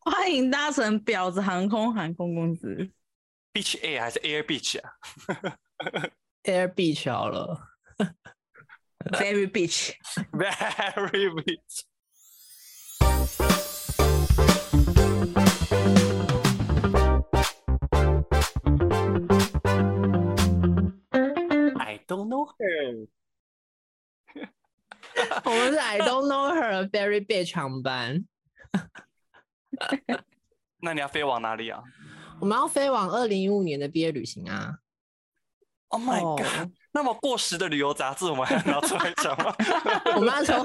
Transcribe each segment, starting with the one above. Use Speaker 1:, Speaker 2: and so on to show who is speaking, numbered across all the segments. Speaker 1: 欢迎搭乘婊子航空航空公 司。
Speaker 2: Beach Air 还是 Air Beach 啊
Speaker 3: Air Beach 好了。
Speaker 1: Very bitch，
Speaker 2: ？Very Beach。I don't know her。
Speaker 3: 我们是 I don't know her very bitch 航班，
Speaker 2: 那你要飞往哪里啊
Speaker 3: 我们要飞往二零一五年的毕业旅 行啊！
Speaker 2: ？Oh my
Speaker 1: 哦
Speaker 2: god！、那么过时的旅游杂志，我们还要拿出来讲 吗？
Speaker 3: 我们要从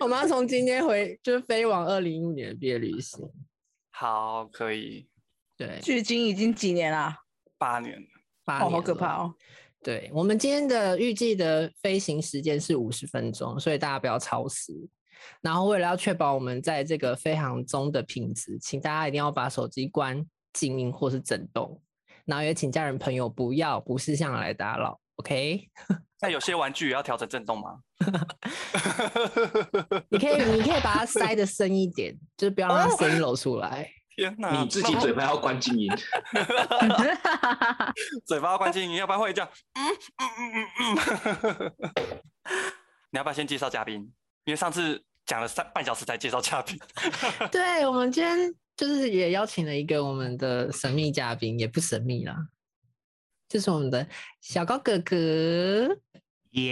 Speaker 3: 我们要从今天回，就是飞往二零一五年的毕业旅行。
Speaker 2: 好，可以。
Speaker 3: 对，
Speaker 1: 距今已经几年啦？
Speaker 2: 八年，
Speaker 3: 八
Speaker 1: 哦，
Speaker 3: 年
Speaker 1: 好可
Speaker 3: 了
Speaker 1: 怕哦！
Speaker 3: 对我们今天的预计的飞行时间是五十分钟，所以大家不要超时。然后为了要确保我们在这个飞航中的品质，请大家一定要把手机关静音或是震动，然后也请家人朋友不要不适向来打扰。OK，
Speaker 2: 那有些玩具也要调整震动 吗？
Speaker 3: 你可以你可以把它塞的深一点，就是不要让 它声音露出来。
Speaker 2: 天哪！
Speaker 4: 你自己嘴巴要关静音，
Speaker 2: 嘴巴要关静音，要不然会这样。嗯嗯嗯嗯嗯。你要不要先介绍嘉宾？因为上次讲了三半小时才介绍嘉宾。
Speaker 3: 对，我们今天就是也邀请了一个我们的神秘嘉宾，也不神秘啦，就是我们的小高哥哥。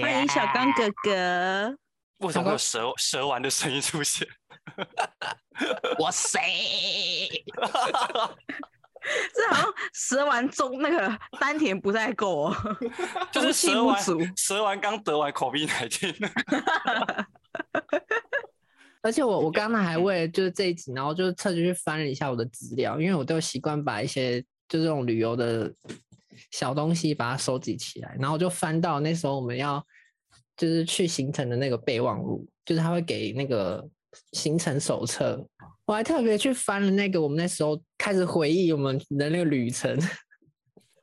Speaker 1: 欢迎小刚哥哥，
Speaker 2: 为什么会有蛇蛇丸的声音出现？
Speaker 3: 我谁？
Speaker 1: 这好像蛇丸中那个丹田不太够哦，
Speaker 2: 就是
Speaker 1: 气
Speaker 2: 蛇
Speaker 1: 不
Speaker 2: 丸，
Speaker 1: 足。
Speaker 2: 蛇丸刚得完口鼻奶精。
Speaker 3: 而且我我刚才还为了就是这一集，然后就特地去翻了一下我的资料，因为我都习惯把一些就这种旅游的小东西把它收集起来，然后我就翻到那时候我们要就是去行程的那个备忘录，就是他会给那个行程手册，我还特别去翻了那个我们那时候开始回忆我们的那个旅程。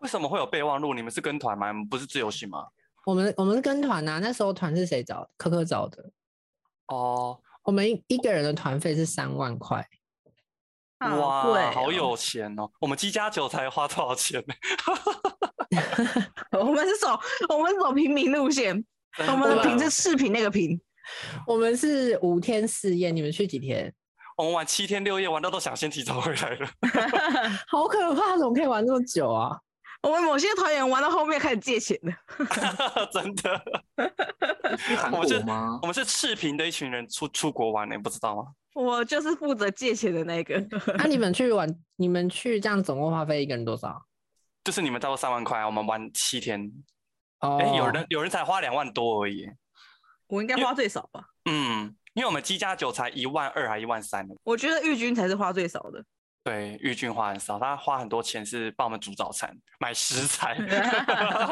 Speaker 2: 为什么会有备忘录？你们是跟团吗？你们不是自由行吗？
Speaker 3: 我们我们是跟团呐、啊那时候团是谁找的？科科找的。
Speaker 2: 哦，
Speaker 3: 我们一一个人的团费是三万块，
Speaker 2: 哇，
Speaker 1: 贵哦
Speaker 2: 好！有钱哦！我们鸡加酒才花多少钱呢？
Speaker 1: 我们是走我们是走平民路线， 我们的平是视频那个平，
Speaker 3: 我们是五天四夜，你们去几天？
Speaker 2: 我们玩七天六夜，玩到都想先提早回来了。
Speaker 3: 好可怕，怎么可以玩这么久啊？
Speaker 1: 我们某些团员玩到后面开始借钱了。
Speaker 2: 真的，
Speaker 4: 去韩
Speaker 2: 我是
Speaker 4: 国吗
Speaker 2: 我？们是赤贫的一群人出出国玩呢、你不知道吗？
Speaker 1: 我就是负责借钱的那个，
Speaker 3: 那、啊你们去玩，你们去这样总共花费一个人多少？
Speaker 2: 就是你们超过三万块，啊我们玩七天，
Speaker 3: 哦
Speaker 2: 哎、有人有人才花两万多而已。
Speaker 1: 我应该花最少吧？
Speaker 2: 嗯，因为我们鸡加酒才一万二还一万三呢。
Speaker 1: 我觉得玉军才是花最少 的。
Speaker 2: 对，玉俊花很少，他花很多钱是帮我们煮早餐、买食 材。
Speaker 1: 啊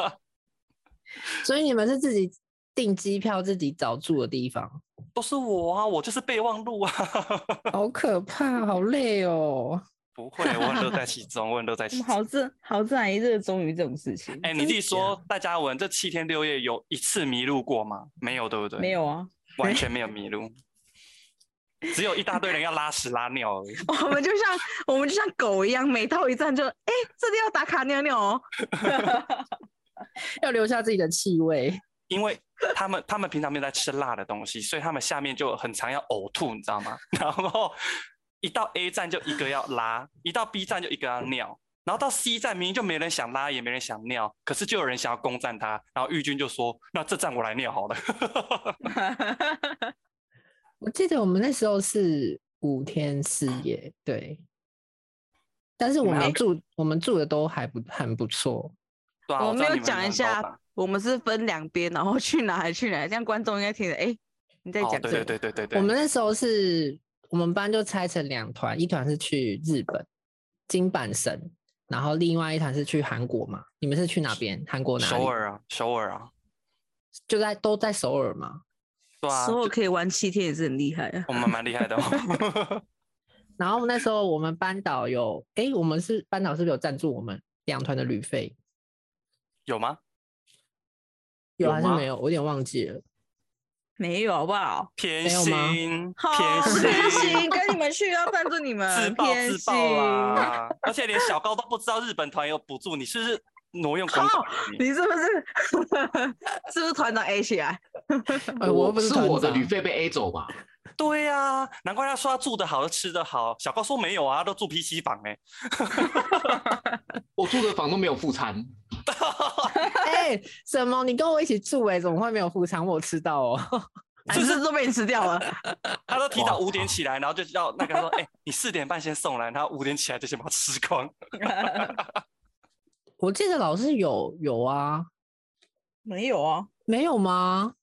Speaker 3: 所以你们是自己订机票，自己找住的地方，
Speaker 2: 都是我啊，我就是备忘录啊。
Speaker 3: 好可怕，好累哦。
Speaker 2: 不会，我很乐在其中，我很乐在
Speaker 1: 我
Speaker 2: 其
Speaker 1: 们
Speaker 2: 中。
Speaker 1: 嗯好自好自然一热衷于这种事情。
Speaker 2: 哎、你自己说，大家文这七天六夜有一次迷路过吗？没有，对不对？
Speaker 1: 没，有啊，
Speaker 2: 完全没有迷路，只有一大堆人要拉屎拉尿而已。
Speaker 1: 我们就像我们就像狗一样，每到一站就哎、这里要打卡尿尿 哦。
Speaker 3: 要留下自己的气味，
Speaker 2: 因为他们他们平常没有在吃辣的东西，所以他们下面就很常要呕吐，你知道吗？ 然后一到 A 站就一个要拉，一到 B 站就一个要尿，然后到 C 站明明就没人想拉，也没人想尿，可是就有人想要攻占他，然后玉军就说：“那这站我来尿好了。
Speaker 3: 我记得我们那时候是五天四夜，对。但是我
Speaker 2: 你们
Speaker 3: 们
Speaker 2: 还
Speaker 3: 住我们住的都还不很不错，”
Speaker 2: 对啊，
Speaker 1: 我
Speaker 2: 知
Speaker 1: 没
Speaker 2: 道
Speaker 1: 有
Speaker 2: 你们
Speaker 1: 讲一
Speaker 2: 很高
Speaker 1: 下
Speaker 2: 档，
Speaker 1: 我们是分两边，然后去哪去哪，这样观众应该听得哎、你在讲
Speaker 2: 哦
Speaker 1: 什，么？
Speaker 2: 对对对对对对，
Speaker 3: 我们那时候是我们班就拆成两团，一团是去日本金板神，然后另外一团是去韩国嘛。你们是去哪边？韩国哪里？
Speaker 2: 首尔啊，首尔啊，
Speaker 3: 就在都在首尔嘛。
Speaker 2: 对啊，
Speaker 1: 所有
Speaker 2: 就
Speaker 1: 可以玩七天也是很厉害啊。
Speaker 2: 我们蛮厉害的、哦。
Speaker 3: 然后那时候我们班导有，诶，我们是班导是不是有赞助我们两团的旅费？
Speaker 2: 有吗？
Speaker 3: 有
Speaker 4: 有
Speaker 3: 还是
Speaker 4: 吗
Speaker 3: 没有？我有点忘记了。
Speaker 1: 没有好不好？
Speaker 2: 偏
Speaker 3: 没有吗
Speaker 2: 心，
Speaker 1: 好
Speaker 2: 偏
Speaker 1: 偏
Speaker 2: 心，
Speaker 1: 心，跟你们去要赞助你
Speaker 4: 呃
Speaker 2: 自
Speaker 1: 们，
Speaker 2: 爆
Speaker 1: 偏
Speaker 2: 自
Speaker 1: 心。
Speaker 2: 爆啊！ 而且连小高都不知道日本团有补助，你是不是挪用公款
Speaker 1: 靠？你是不是是 不是团长 A 起来？
Speaker 3: 呃，我又不
Speaker 4: 是
Speaker 3: 团
Speaker 4: 我的
Speaker 3: 长
Speaker 4: 旅费被 A 走吧？
Speaker 2: 对呀、啊，难怪他说他住得好，吃得好。小高说没有啊，他都住 PC 房哎、
Speaker 4: 我住的房都没有附餐，
Speaker 3: 哎、什么？你跟我一起住哎、怎么会没有副餐？我有吃到哦。
Speaker 1: 是不是都被你吃掉了？
Speaker 2: 他都提早
Speaker 4: 哇
Speaker 2: 五点起来，然后就叫那个他说，哎、你四点半先送来，然后五点起来就先把它吃光。
Speaker 3: 我记得老师有有啊，
Speaker 1: 没有啊，
Speaker 3: 没有吗？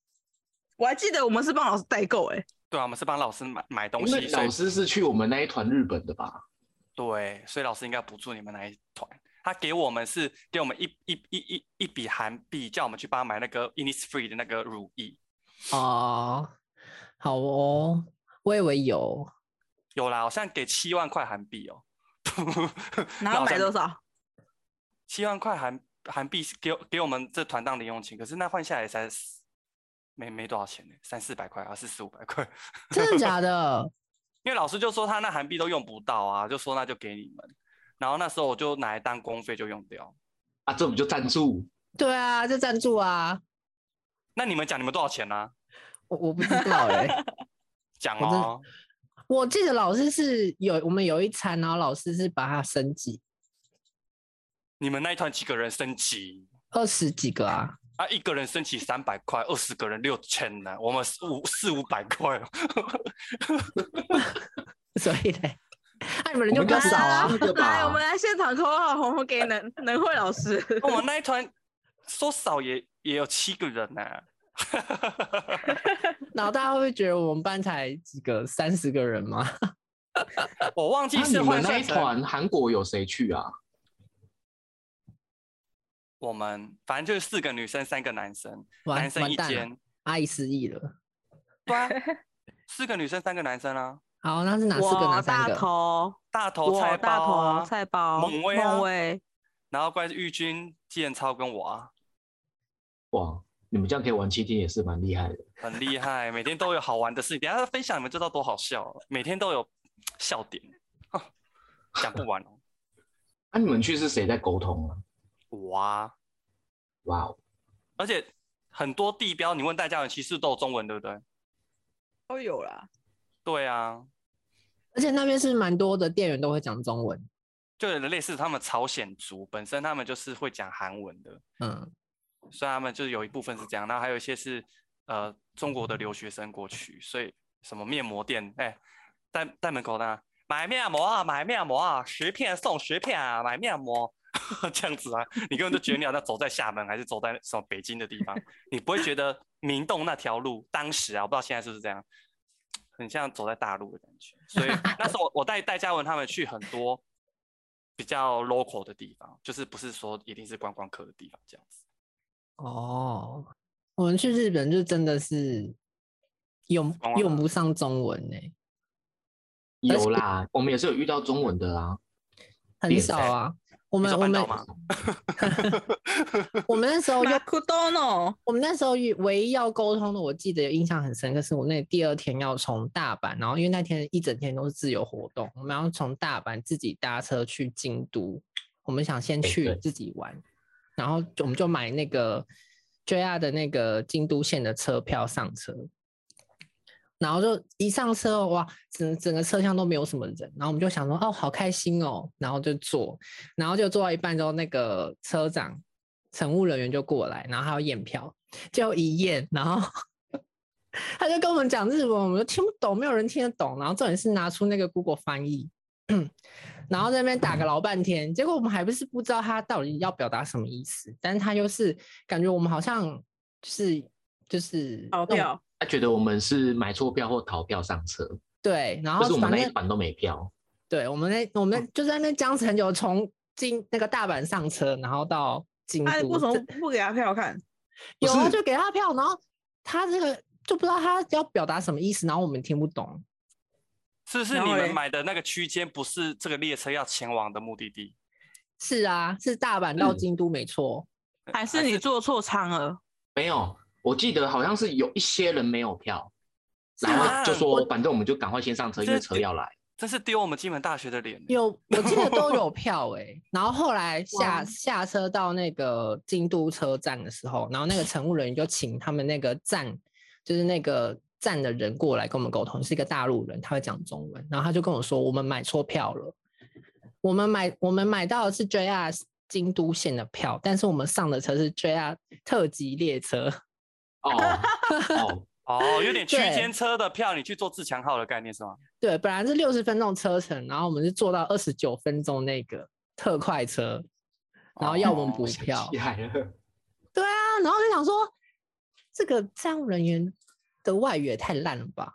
Speaker 1: 我还记得我们是帮老师代购哎、
Speaker 2: 对啊，我们是帮老师买买东
Speaker 4: 因为
Speaker 2: 西，所以
Speaker 4: 老师是去我们那一团日本的吧？
Speaker 2: 对，所以老师应该补助你们那一团。他给我们是给我们一一一一一笔韩币，叫我们去帮他买那个 Innisfree 的那个乳液。
Speaker 3: 哦，好哦，我以为有，
Speaker 2: 有啦，好像给七万块韩币哦。
Speaker 1: 然后买多少？
Speaker 2: 七万块韩韩币是给我给我们这团当零用钱，可是那换下来才四没没多少钱呢、三四百块啊，四四五百块。
Speaker 3: 真的假的？
Speaker 2: 因为老师就说他那韩币都用不到啊，就说那就给你们。然后那时候我就拿来当公费就用掉。
Speaker 4: 啊，这不就赞助？
Speaker 3: 对啊，这赞助啊，
Speaker 2: 那你们讲你们多少钱呢、啊？
Speaker 3: 我我不知道哎、
Speaker 2: 讲
Speaker 3: 我真
Speaker 2: 哦，
Speaker 3: 我记得老师是有我们有一餐，然后老师是把它升级
Speaker 2: 你们那一团几个人升级？
Speaker 3: 二十几个啊，
Speaker 2: 啊，一个人升起三百块，二十个人六千呢，我们四五四五百块哦，
Speaker 3: 所以嘞，那、你们人就
Speaker 4: 我
Speaker 3: 比
Speaker 4: 们
Speaker 3: 较
Speaker 4: 就
Speaker 3: 少啊
Speaker 4: 是。那个
Speaker 1: 来，我们
Speaker 4: 吧，
Speaker 1: 来现场扣号，我们给 能能慧老师。
Speaker 2: 我们那一团说少也也有七个人啊呢、
Speaker 3: 然后大家会不会觉得我们班才几个三十个人吗？
Speaker 2: 我忘记
Speaker 4: 那你
Speaker 2: 是换
Speaker 4: 们那一
Speaker 2: 算成
Speaker 4: 团韩国有谁去啊？
Speaker 2: 我们，反正就是四个女生，三个男生，
Speaker 3: 完
Speaker 2: 男生
Speaker 3: 完
Speaker 2: 一
Speaker 3: 蛋了，
Speaker 2: 间，
Speaker 3: 阿姨失忆了。
Speaker 2: 对啊，四个女生，三个男生啊，
Speaker 3: 好，那是哪四个？
Speaker 1: 我
Speaker 3: 哪三
Speaker 1: 大
Speaker 3: 个？
Speaker 1: 头，
Speaker 2: 大头
Speaker 1: 我
Speaker 2: 菜
Speaker 1: 大
Speaker 2: 包啊
Speaker 1: 头，菜包，
Speaker 2: 猛威啊
Speaker 1: 孟威，
Speaker 2: 然后怪是玉君、纪元超跟我啊，
Speaker 4: 哇，你们这样可以玩七天也是蛮厉害的。
Speaker 2: 很厉害，每天都有好玩的事情，等一下分享你们就知道多好笑了，每天都有笑点，哦讲不完哦，
Speaker 4: 那、啊你们去是谁在沟通啊？
Speaker 2: 哇。
Speaker 4: 哇哦，
Speaker 2: 而且很多地标，你问戴家人，其实都有中文，对不对？
Speaker 1: 都有啦。
Speaker 2: 对啊，
Speaker 3: 而且那边是蛮多的店员都会讲中文。
Speaker 2: 就有点类似他们朝鲜族本身，他们就是会讲韩文的，
Speaker 3: 嗯，
Speaker 2: 所以他们就是有一部分是这样，然后还有一些是呃中国的留学生过去，所以什么面膜店，哎，在在门口那买面膜啊，买面膜啊，十片送十片啊，买面膜。 这样子啊，你根本就觉得你好像走在厦门，还是走在什么北京的地方，你不会觉得明洞那条路当时啊，我不知道现在是不是这样，很像走在大陆的感觉。所以那时候我我带戴嘉文他们去很多比较 local 的地方，就是不是说一定是观光客的地方这样子。
Speaker 3: 哦，我们去日本就真的是用
Speaker 2: 光
Speaker 3: 用不上中文欸呢、
Speaker 4: 有啦，我们也是有遇到中文的啊。
Speaker 3: 很
Speaker 4: 变
Speaker 3: 少
Speaker 4: 态
Speaker 3: 啊。我
Speaker 2: 你
Speaker 3: 们
Speaker 2: 说
Speaker 3: 我
Speaker 2: 半岛
Speaker 3: 们
Speaker 2: 吗？
Speaker 3: 我们那时 候就
Speaker 1: 马库多诺，
Speaker 3: 我们那时候遇唯一要沟通的，我记得印象很深刻，是我那第二天要从大阪，然后因为那天一整天都是自由活动，我们要从大阪自己搭车去京都，我们想先
Speaker 4: 哎
Speaker 3: 去
Speaker 4: 对
Speaker 3: 自己玩，然后就我们就买那个 JR 的那个京都线的车票上车，然后就一上车哦哇，整整个车厢都没有什么人，然后我们就想说哦好开心哦，然后就坐，然后就坐到一半之后，那个车长乘务人员就过来，然后还要验票，就一验，然后 他就跟我们讲日文，我们都听不懂，没有人听得懂。然后重点是拿出那个 Google 翻译，然后在那边打个老半天，结果我们还不是不知道他到底要表达什么意思，但是他又是感觉我们好像就是就是
Speaker 1: 逃
Speaker 3: 那种
Speaker 1: 票，
Speaker 4: 他啊觉得我们是买错票或逃票上车，
Speaker 3: 对，然
Speaker 4: 就是
Speaker 3: 后
Speaker 4: 我们
Speaker 3: 反
Speaker 4: 那一
Speaker 3: 正
Speaker 4: 团都没票。
Speaker 3: 对我们那我
Speaker 1: 哦
Speaker 3: 们就在那边僵持很久，从京那个大阪上车，然后到京
Speaker 1: 他
Speaker 3: 都，
Speaker 1: 啊为什么
Speaker 3: 这
Speaker 1: 不给他票看？
Speaker 4: 不
Speaker 3: 有啊，
Speaker 4: 是
Speaker 3: 就给他票，然后他这个就不知道他要表达什么意思，然后我们听不懂。
Speaker 2: 是不是
Speaker 1: 然
Speaker 2: 你
Speaker 1: 后
Speaker 2: 们
Speaker 1: 嘞
Speaker 2: 买的那个区间不是这个列车要前往的目的地？
Speaker 3: 是啊，是大阪到
Speaker 4: 嗯
Speaker 3: 京都没错，
Speaker 1: 还是你坐错舱了？
Speaker 4: 没有，我记得好像是有一些人没有票，
Speaker 2: 是
Speaker 4: 然
Speaker 2: 吗
Speaker 4: 后就说反正我们就赶快先上车，因为车要来。
Speaker 2: 真是丢我们金门大学的脸。
Speaker 3: 有，我记得都有票哎、然后后来下下车到那个京都车站的时候，然后那个乘务人员就请他们那个站，就是那个站的人过来跟我们沟通，是一个大陆人，他会讲中文，然后他就跟我说我们买错票了，我们买我们买到的是 JR 京都线的票，但是我们上的车是 JR 特急列车。
Speaker 4: 哦哦，
Speaker 2: 哦，有点区
Speaker 3: 对
Speaker 2: 间车的票，你去做自强号的概念是吗？
Speaker 3: 对，本来是六十分钟车程，然后我们是坐到二十九分钟那个特快车，然后要我们
Speaker 2: 哦
Speaker 3: 补
Speaker 4: 我想
Speaker 3: 票。
Speaker 4: 起来了，
Speaker 3: 对啊，然后就想说，这个站务人员的外语也太烂了吧？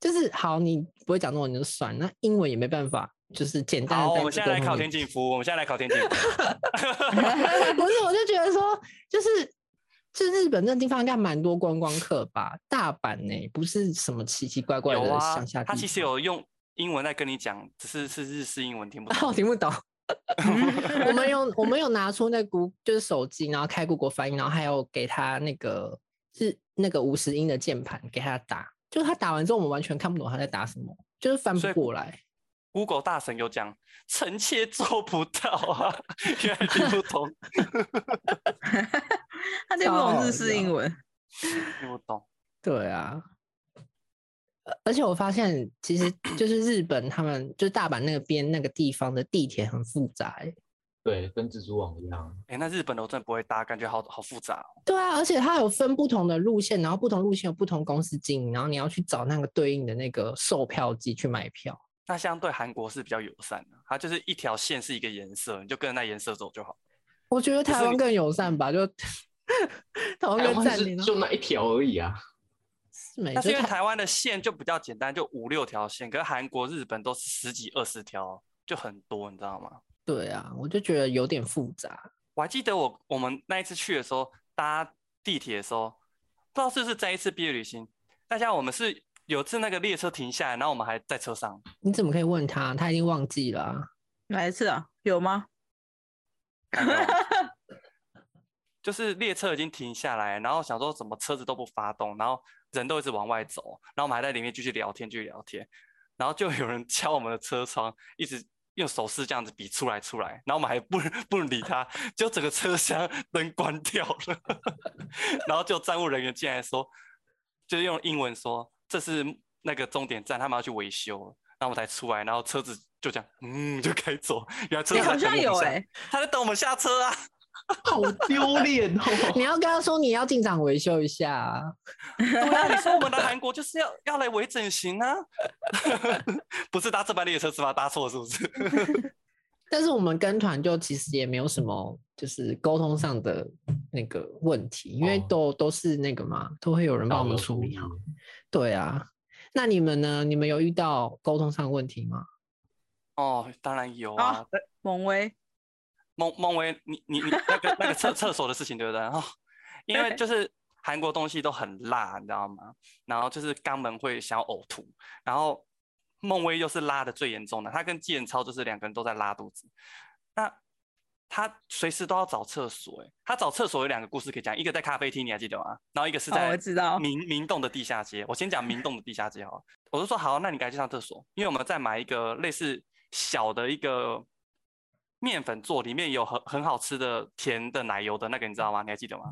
Speaker 3: 就是好，你不会讲中文就算，那英文也没办法，就是简单
Speaker 2: 好，
Speaker 3: 的。
Speaker 2: 我们现在来考 天。井服，我们现在来考天井服。
Speaker 3: 不是，我就觉得说，就是就是日本这地方应该蛮多观光客吧？大阪呢、不是什么奇奇怪怪
Speaker 2: 有
Speaker 3: 的
Speaker 2: 啊
Speaker 3: 乡下地方。
Speaker 2: 他其实有用英文在跟你讲，只是是日式英文听不
Speaker 3: 啊，我
Speaker 2: 懂。
Speaker 3: 听 不懂。我们有我们有拿出那股就是手机，然后开 Google 翻译，然后还有给他那个是那个五十音的键盘给他打，就是他打完之后我们完全看不懂他在打什么，就是翻
Speaker 2: 所
Speaker 3: 不
Speaker 2: 以
Speaker 3: 过来。
Speaker 2: Google 大神有讲，臣妾做不到啊，原来听不懂，
Speaker 1: 他听不懂日
Speaker 3: 超好
Speaker 1: 式英文，
Speaker 2: 听不懂。
Speaker 3: 对啊，呃而且我发现其 实就是日本他们就是大阪那边那个地方的地铁很复杂、欸，
Speaker 4: 对，跟蜘蛛网一样。
Speaker 2: 哎、那日本的我真的不会搭，感觉好好复杂哦、
Speaker 3: 对啊，而且它有分不同的路线，然后不同路线有不同公司经营，然后你要去找那个对应的那个售票机去买票。
Speaker 2: 那相对韩国是比较友善的、它就是一条线是一个颜色，你就跟着那颜色走就好。
Speaker 3: 我觉得台湾更友善吧，就 台湾
Speaker 4: 台
Speaker 3: 更
Speaker 4: 湾
Speaker 3: 占
Speaker 4: 哎是
Speaker 3: 领了，
Speaker 4: 就那一条而已啊。
Speaker 3: 是没
Speaker 2: 但是
Speaker 3: 就
Speaker 2: 因为台湾的线就比较简单，就五六条线，可是韩国、日本都是十几二十条，就很多，你知道吗？
Speaker 3: 对啊，我就觉得有点复杂。
Speaker 2: 我还记得我我们那一次去的时候，搭地铁的时候，不知道是不是这一次毕业旅行，大家我们是有次那个列车停下来，然后我们还在车上，
Speaker 3: 你怎么可以问他？他已经忘记了啊、
Speaker 1: 哪一次啊？有吗？
Speaker 2: 还没有 就是列车已经停下来，然后想说怎么车子都不发动，然后人都一直往外走，然后我们还在里面继续聊天，继续聊天，然后就有人敲我们的车窗，一直用手势这样子比出来出来，然后我们还不 不理他，就整个车厢 灯关掉了， 然后就站务人员进来说，就用英文说这是那个终点站，他们要去维修了，然后我们才出来，然后车子就这样，嗯，就开走，原来车
Speaker 1: 你
Speaker 2: 子
Speaker 1: 好
Speaker 2: 在等
Speaker 1: 像
Speaker 2: 我们
Speaker 1: 有
Speaker 2: 下
Speaker 1: 哎、
Speaker 2: 他在等我们下车 啊。
Speaker 4: 好丢脸哦！
Speaker 3: 你要跟他说你要进厂维修一下、啊，
Speaker 2: 对啊，你说我们来韩国就是要要来微整形啊， 不是搭这班列车是吧？搭错是不 是？
Speaker 3: 但是我们跟团就其实也没有什么就是沟通上的那个问题，因为
Speaker 4: 哦
Speaker 3: 都、都是那个嘛，都会有人帮我们处理好。对啊，那你们呢？你们有遇到沟通上的问题吗？
Speaker 2: 哦，当然有啊
Speaker 1: 啊。猛威，
Speaker 2: 孟孟维，你你你那个那 个厕厕所的事情对不对？哦，因为就是韩国东西都很辣，你知道吗？然后就是肛门会想要呕吐，然后孟威又是拉的最严重的，他跟纪超就是两个人都在拉肚子。那他随时都要找厕所、欸，他找厕所有两个故事可以讲，一个在咖啡厅，你还记得吗？然后一个是
Speaker 1: 哦
Speaker 2: 在
Speaker 1: 我知道
Speaker 2: 明明洞的地下街。我先讲明洞的地下街好了，我就说好，那你赶紧去上厕所，因为我们再买一个类似小的一个面粉做，里面有很很好吃的甜的奶油的那个，你知道吗？你还记得吗？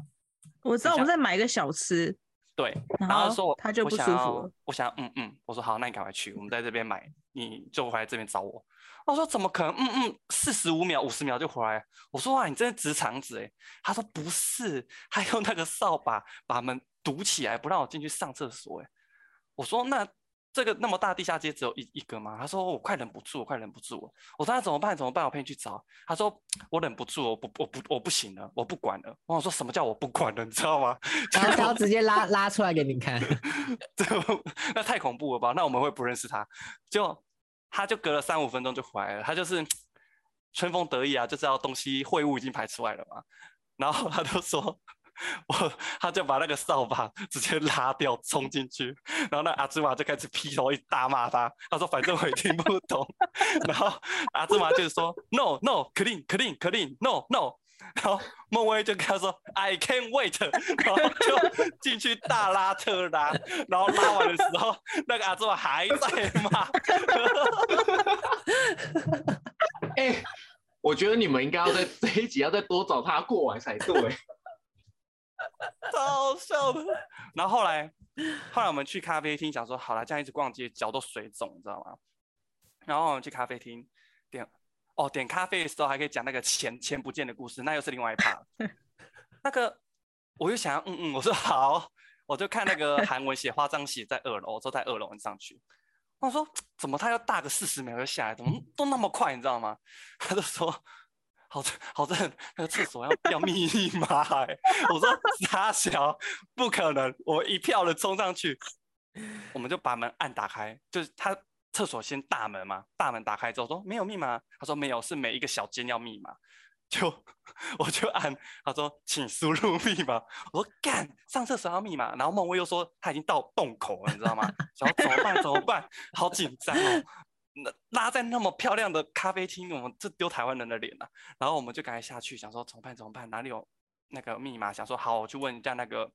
Speaker 1: 我知道我们在买一个小吃，
Speaker 2: 对，
Speaker 1: 然
Speaker 2: 然后
Speaker 1: 后
Speaker 2: 说我
Speaker 1: 他就
Speaker 2: 我
Speaker 1: 不
Speaker 2: 想
Speaker 1: 舒
Speaker 2: 要
Speaker 1: 服了
Speaker 2: 我想要嗯嗯，我说好，那你赶快去，我们在这边买，你就回来这边找我。他说怎么可能？嗯嗯，四十五秒、五十秒就回来。我说哇，你真是直肠子哎。他说不是，他用那个扫把把门堵起来，不让我进去上厕所哎。我说那这个那么大地下街只有一一个吗？他说我快忍不住，我快忍不住了。我说那怎么办？怎么办？我陪你去找。他说我忍不住了，我不我不我不行了，我不管了。我想说什么叫我不管了？你知道吗？
Speaker 3: 然后他要直接拉拉出来给你看。
Speaker 2: 这那太恐怖了吧？那我们会不认识他。就他就隔了三五分钟就回来了，他就是春风得意啊，就知道东西会务已经排出来了嘛。然后他就说， 我他就把那个扫把直接拉掉，冲进去，然后那阿芝麻就开始劈头一大骂他，他说反正我也听 不懂。然后阿芝麻就说 no no clean clean clean no no。然后孟威就跟他说 I can't wait，然 后就进去大拉特拉，然后拉完的时候，那个阿祖还在骂，
Speaker 4: 哎、我觉得你们应该要在 这一集要再多找他过完才对。
Speaker 2: 超好笑的。 然后后来，后来我们去咖啡厅，想说好了，这样一直逛街，脚都水肿，你知道吗？然后我们去咖啡厅点，哦，点咖啡的时候还可以讲那个钱钱不见的故事，那又是另外一趴了。那个我就想要，嗯嗯，我说好，我就看那个韩文写花章写在二楼，我坐在二楼，你上去。我说怎么他要大个四十秒就下来，怎么都那么快，你知道吗？他就说好好在那个厕所要要密码、欸，我说傻小，不可能！我一票的冲上去，我们就把门按打开，就是他厕所先大门嘛，大门打开之后说没有密码，他说没有，是每一个小间要密码，就我就按，他说请输入密码，我说干，上厕所要密码，然后孟威又说他已经到洞口了，你知道吗？ 想说怎么办？怎么办？好紧张哦。那拉在那么漂亮的咖啡厅，我们这丢台湾人的脸啊！然后我们就赶快下去，想说怎么办？怎么办？哪里有那个密码，想说好，我去问一下那个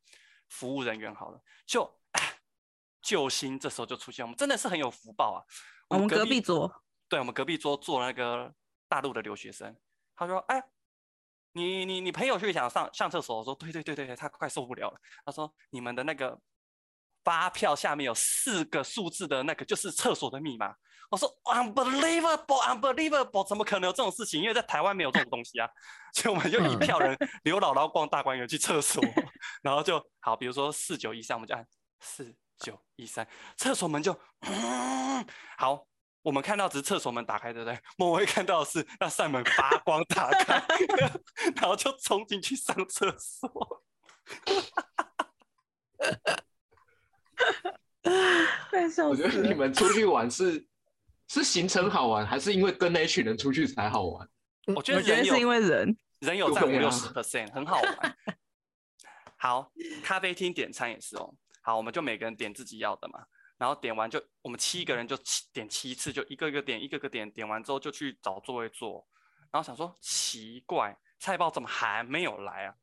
Speaker 2: 服务人员好了。就啊救星这时候就出现，我们真的是很有福报啊！
Speaker 1: 我们隔壁桌，
Speaker 2: 对我们隔壁桌坐那个大陆的留学生，他说：“哎，你你你朋友去想上上厕所。”我说：“对对对对，他快受不了了。”他说：“你们的那个发票下面有四个数字的那个就是厕所的密码。”我说：“Unbelievable，unbelievable，怎么可能有这种事情？因为在台湾没有这种东西啊。” 所以我们就一
Speaker 3: 嗯
Speaker 2: 票人刘姥姥逛大观园去厕所， 然后就好，比如说四九一三，我们就按四九一三，厕所门就、嗯、好。我们看到只是厕所门打开，对不对？莫威看到的是那扇门发光打开， 然后就冲进去上厕所。
Speaker 1: 快笑
Speaker 4: 我觉
Speaker 1: 死
Speaker 4: 得你
Speaker 1: 了！
Speaker 4: 们出去玩是是行程好玩，还是因为跟那一群人出去才好玩？
Speaker 2: 我觉
Speaker 1: 嗯我
Speaker 2: 得
Speaker 1: 觉
Speaker 2: 人
Speaker 1: 得
Speaker 2: 有
Speaker 1: 是因为人，
Speaker 2: 人有占五
Speaker 4: 对啊
Speaker 2: 六十 percent，很好玩。好，咖啡厅点餐也是哦。好，我们就每个人点自己要的嘛。然后点完就我们七个人就七点七次，就一个一个点，一个一个点，点完之后就去找座位坐。然后想说奇怪，菜包怎么还没有来啊？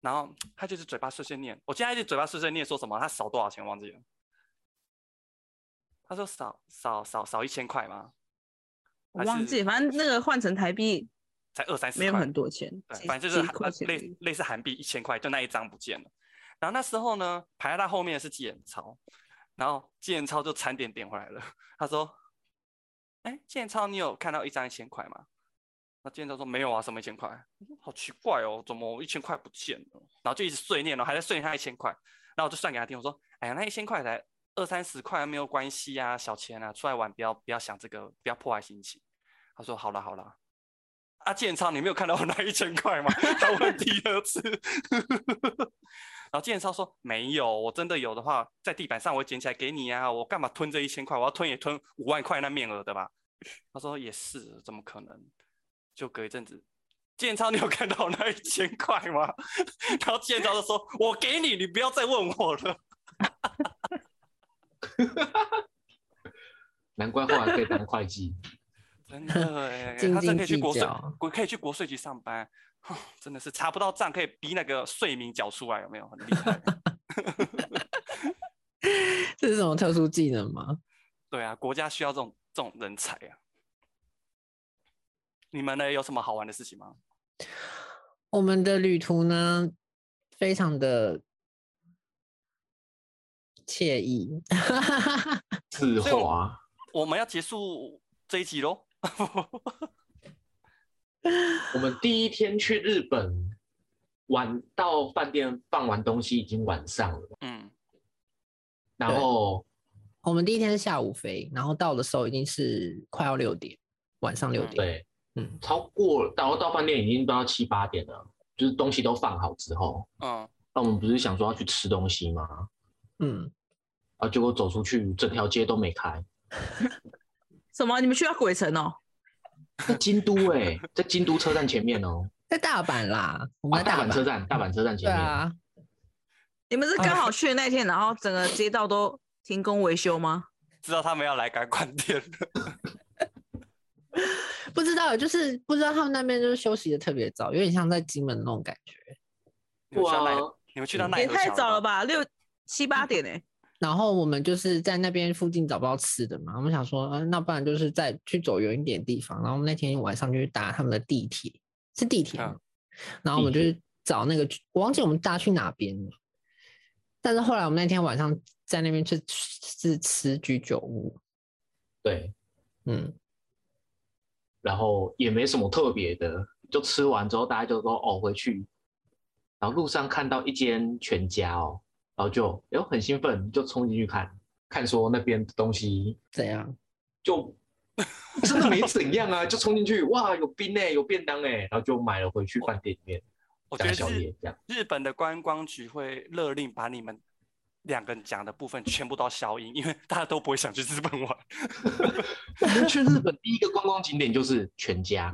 Speaker 2: 然后他就是嘴巴碎碎念，我现在就嘴巴碎碎念说什么？他少多少钱忘记了？他说少少少少一千块吗？
Speaker 1: 我忘记，反正那个换成台币
Speaker 2: 才二三十块，
Speaker 1: 没有很多钱，
Speaker 2: 对，
Speaker 1: 几
Speaker 2: 反正就是
Speaker 1: 几
Speaker 2: 韩
Speaker 1: 块
Speaker 2: 呃
Speaker 1: 钱而
Speaker 2: 类
Speaker 1: 已。
Speaker 2: 类似韩币一千块，就那一张不见了。然后那时候呢，排在他后面的是纪远超，然后纪远超就餐点点回来了，他说：“哎，纪远超，你有看到一张一千块吗？”那纪远超说：“没有啊，什么一千块？我说好奇怪哦，怎么一千块不见了？”然后就一直碎念哦，还在碎念他一千块。然后我就算给他听，我说：“哎呀，那一千块才二三十块没有关系啊，小钱啊，出来玩不要不要想这个，不要破坏心情。”他说：“好了好了。”啊，建超，你没有看到我那一千块 吗？他问第二次， 然后建超说没有，我真的有的话，在地板上我会捡起来给你啊，我干嘛吞这一千块？我要吞也吞五万块那面额的吧？他说也是，怎么可能？就隔一阵子，建超，你有看到我那一千块吗？ 然后建超就说：“我给你，你不要再问我了。
Speaker 4: 难怪后来可以当会计。”
Speaker 2: 真 的哎，
Speaker 3: 斤
Speaker 2: 他真的可以去
Speaker 3: 斤计
Speaker 2: 国税
Speaker 3: 较，
Speaker 2: 国可以去国税局上班， 哼真的是查不到账，可以逼那个税民缴出来，有没有？很厉害。
Speaker 3: 这是什么特殊技能吗？
Speaker 2: 对啊，国家需要这种这种人才啊。你们呢，有什么好玩的事情吗？
Speaker 3: 我们的旅途呢，非常的惬意。
Speaker 4: 是
Speaker 2: 所以我
Speaker 4: 华，
Speaker 2: 我们要结束这一集喽。
Speaker 4: 我们第一天去日本玩，到饭店放完东西已经晚上了，
Speaker 2: 嗯，
Speaker 4: 然后
Speaker 3: 我们第一天是下午飞，然后到的时候已经是快要六点，晚上六
Speaker 2: 嗯
Speaker 3: 点。
Speaker 4: 对，
Speaker 3: 嗯，
Speaker 4: 超过然后到饭店已经都要七八点了，就是东西都放好之后，
Speaker 2: 嗯，
Speaker 4: 那我们不是想说要去吃东西吗？
Speaker 3: 嗯，
Speaker 4: 啊，结果走出去，整条街都没开。
Speaker 1: 什么？你们去到鬼城哦？
Speaker 4: 在京都哎、在京都车站前面哦、
Speaker 3: 在大阪啦， 我们
Speaker 4: 啊，
Speaker 3: 在
Speaker 4: 大
Speaker 3: 大
Speaker 4: 阪车站，大阪车站
Speaker 3: 对
Speaker 4: 前面。
Speaker 3: 啊，
Speaker 1: 你们是
Speaker 2: 嗯
Speaker 1: 刚好去的那天，然后整个街道都停工维修吗？
Speaker 2: 知道他们要来，赶快关店了。
Speaker 3: 不知道，就是不知道他们那边就是休息的特别早，有点像在金门那种感觉。
Speaker 2: 你们去到奈
Speaker 4: 哇
Speaker 2: 你们去到奈
Speaker 1: 哦也
Speaker 2: 何
Speaker 1: 太
Speaker 2: 桥
Speaker 1: 早
Speaker 2: 吗
Speaker 1: 了？吧，六七八点
Speaker 2: 嗯
Speaker 1: 哎，
Speaker 3: 然后我们就是在那边附近找不到吃的嘛，我们想说，嗯、那不然就是再去走远一点的地方。然后我们那天晚上就去搭他们的地铁，是地铁吗，
Speaker 4: 啊
Speaker 2: 嗯
Speaker 3: 然后我们就去找那个，我忘记我们搭去哪边了。但是后来我们那天晚上在那边去是吃居酒屋，
Speaker 4: 对，
Speaker 3: 嗯，
Speaker 4: 然后也没什么特别的，就吃完之后大家就说哦回去，然后路上看到一间全家哦，然后就哎呦很兴奋，就冲进去看看说那边的东西
Speaker 3: 怎样？
Speaker 4: 就真的没怎样啊，就冲进去哇有冰哎、有便当哎、然后就买了回去饭店里面
Speaker 2: 我觉
Speaker 4: 当
Speaker 2: 得
Speaker 4: 宵
Speaker 2: 是
Speaker 4: 夜这样。
Speaker 2: 日本的观光局会勒令把你们两个人讲的部分全部都消音，因为大家都不会想去日本玩。
Speaker 4: 去日本第一个观光景点就是全家，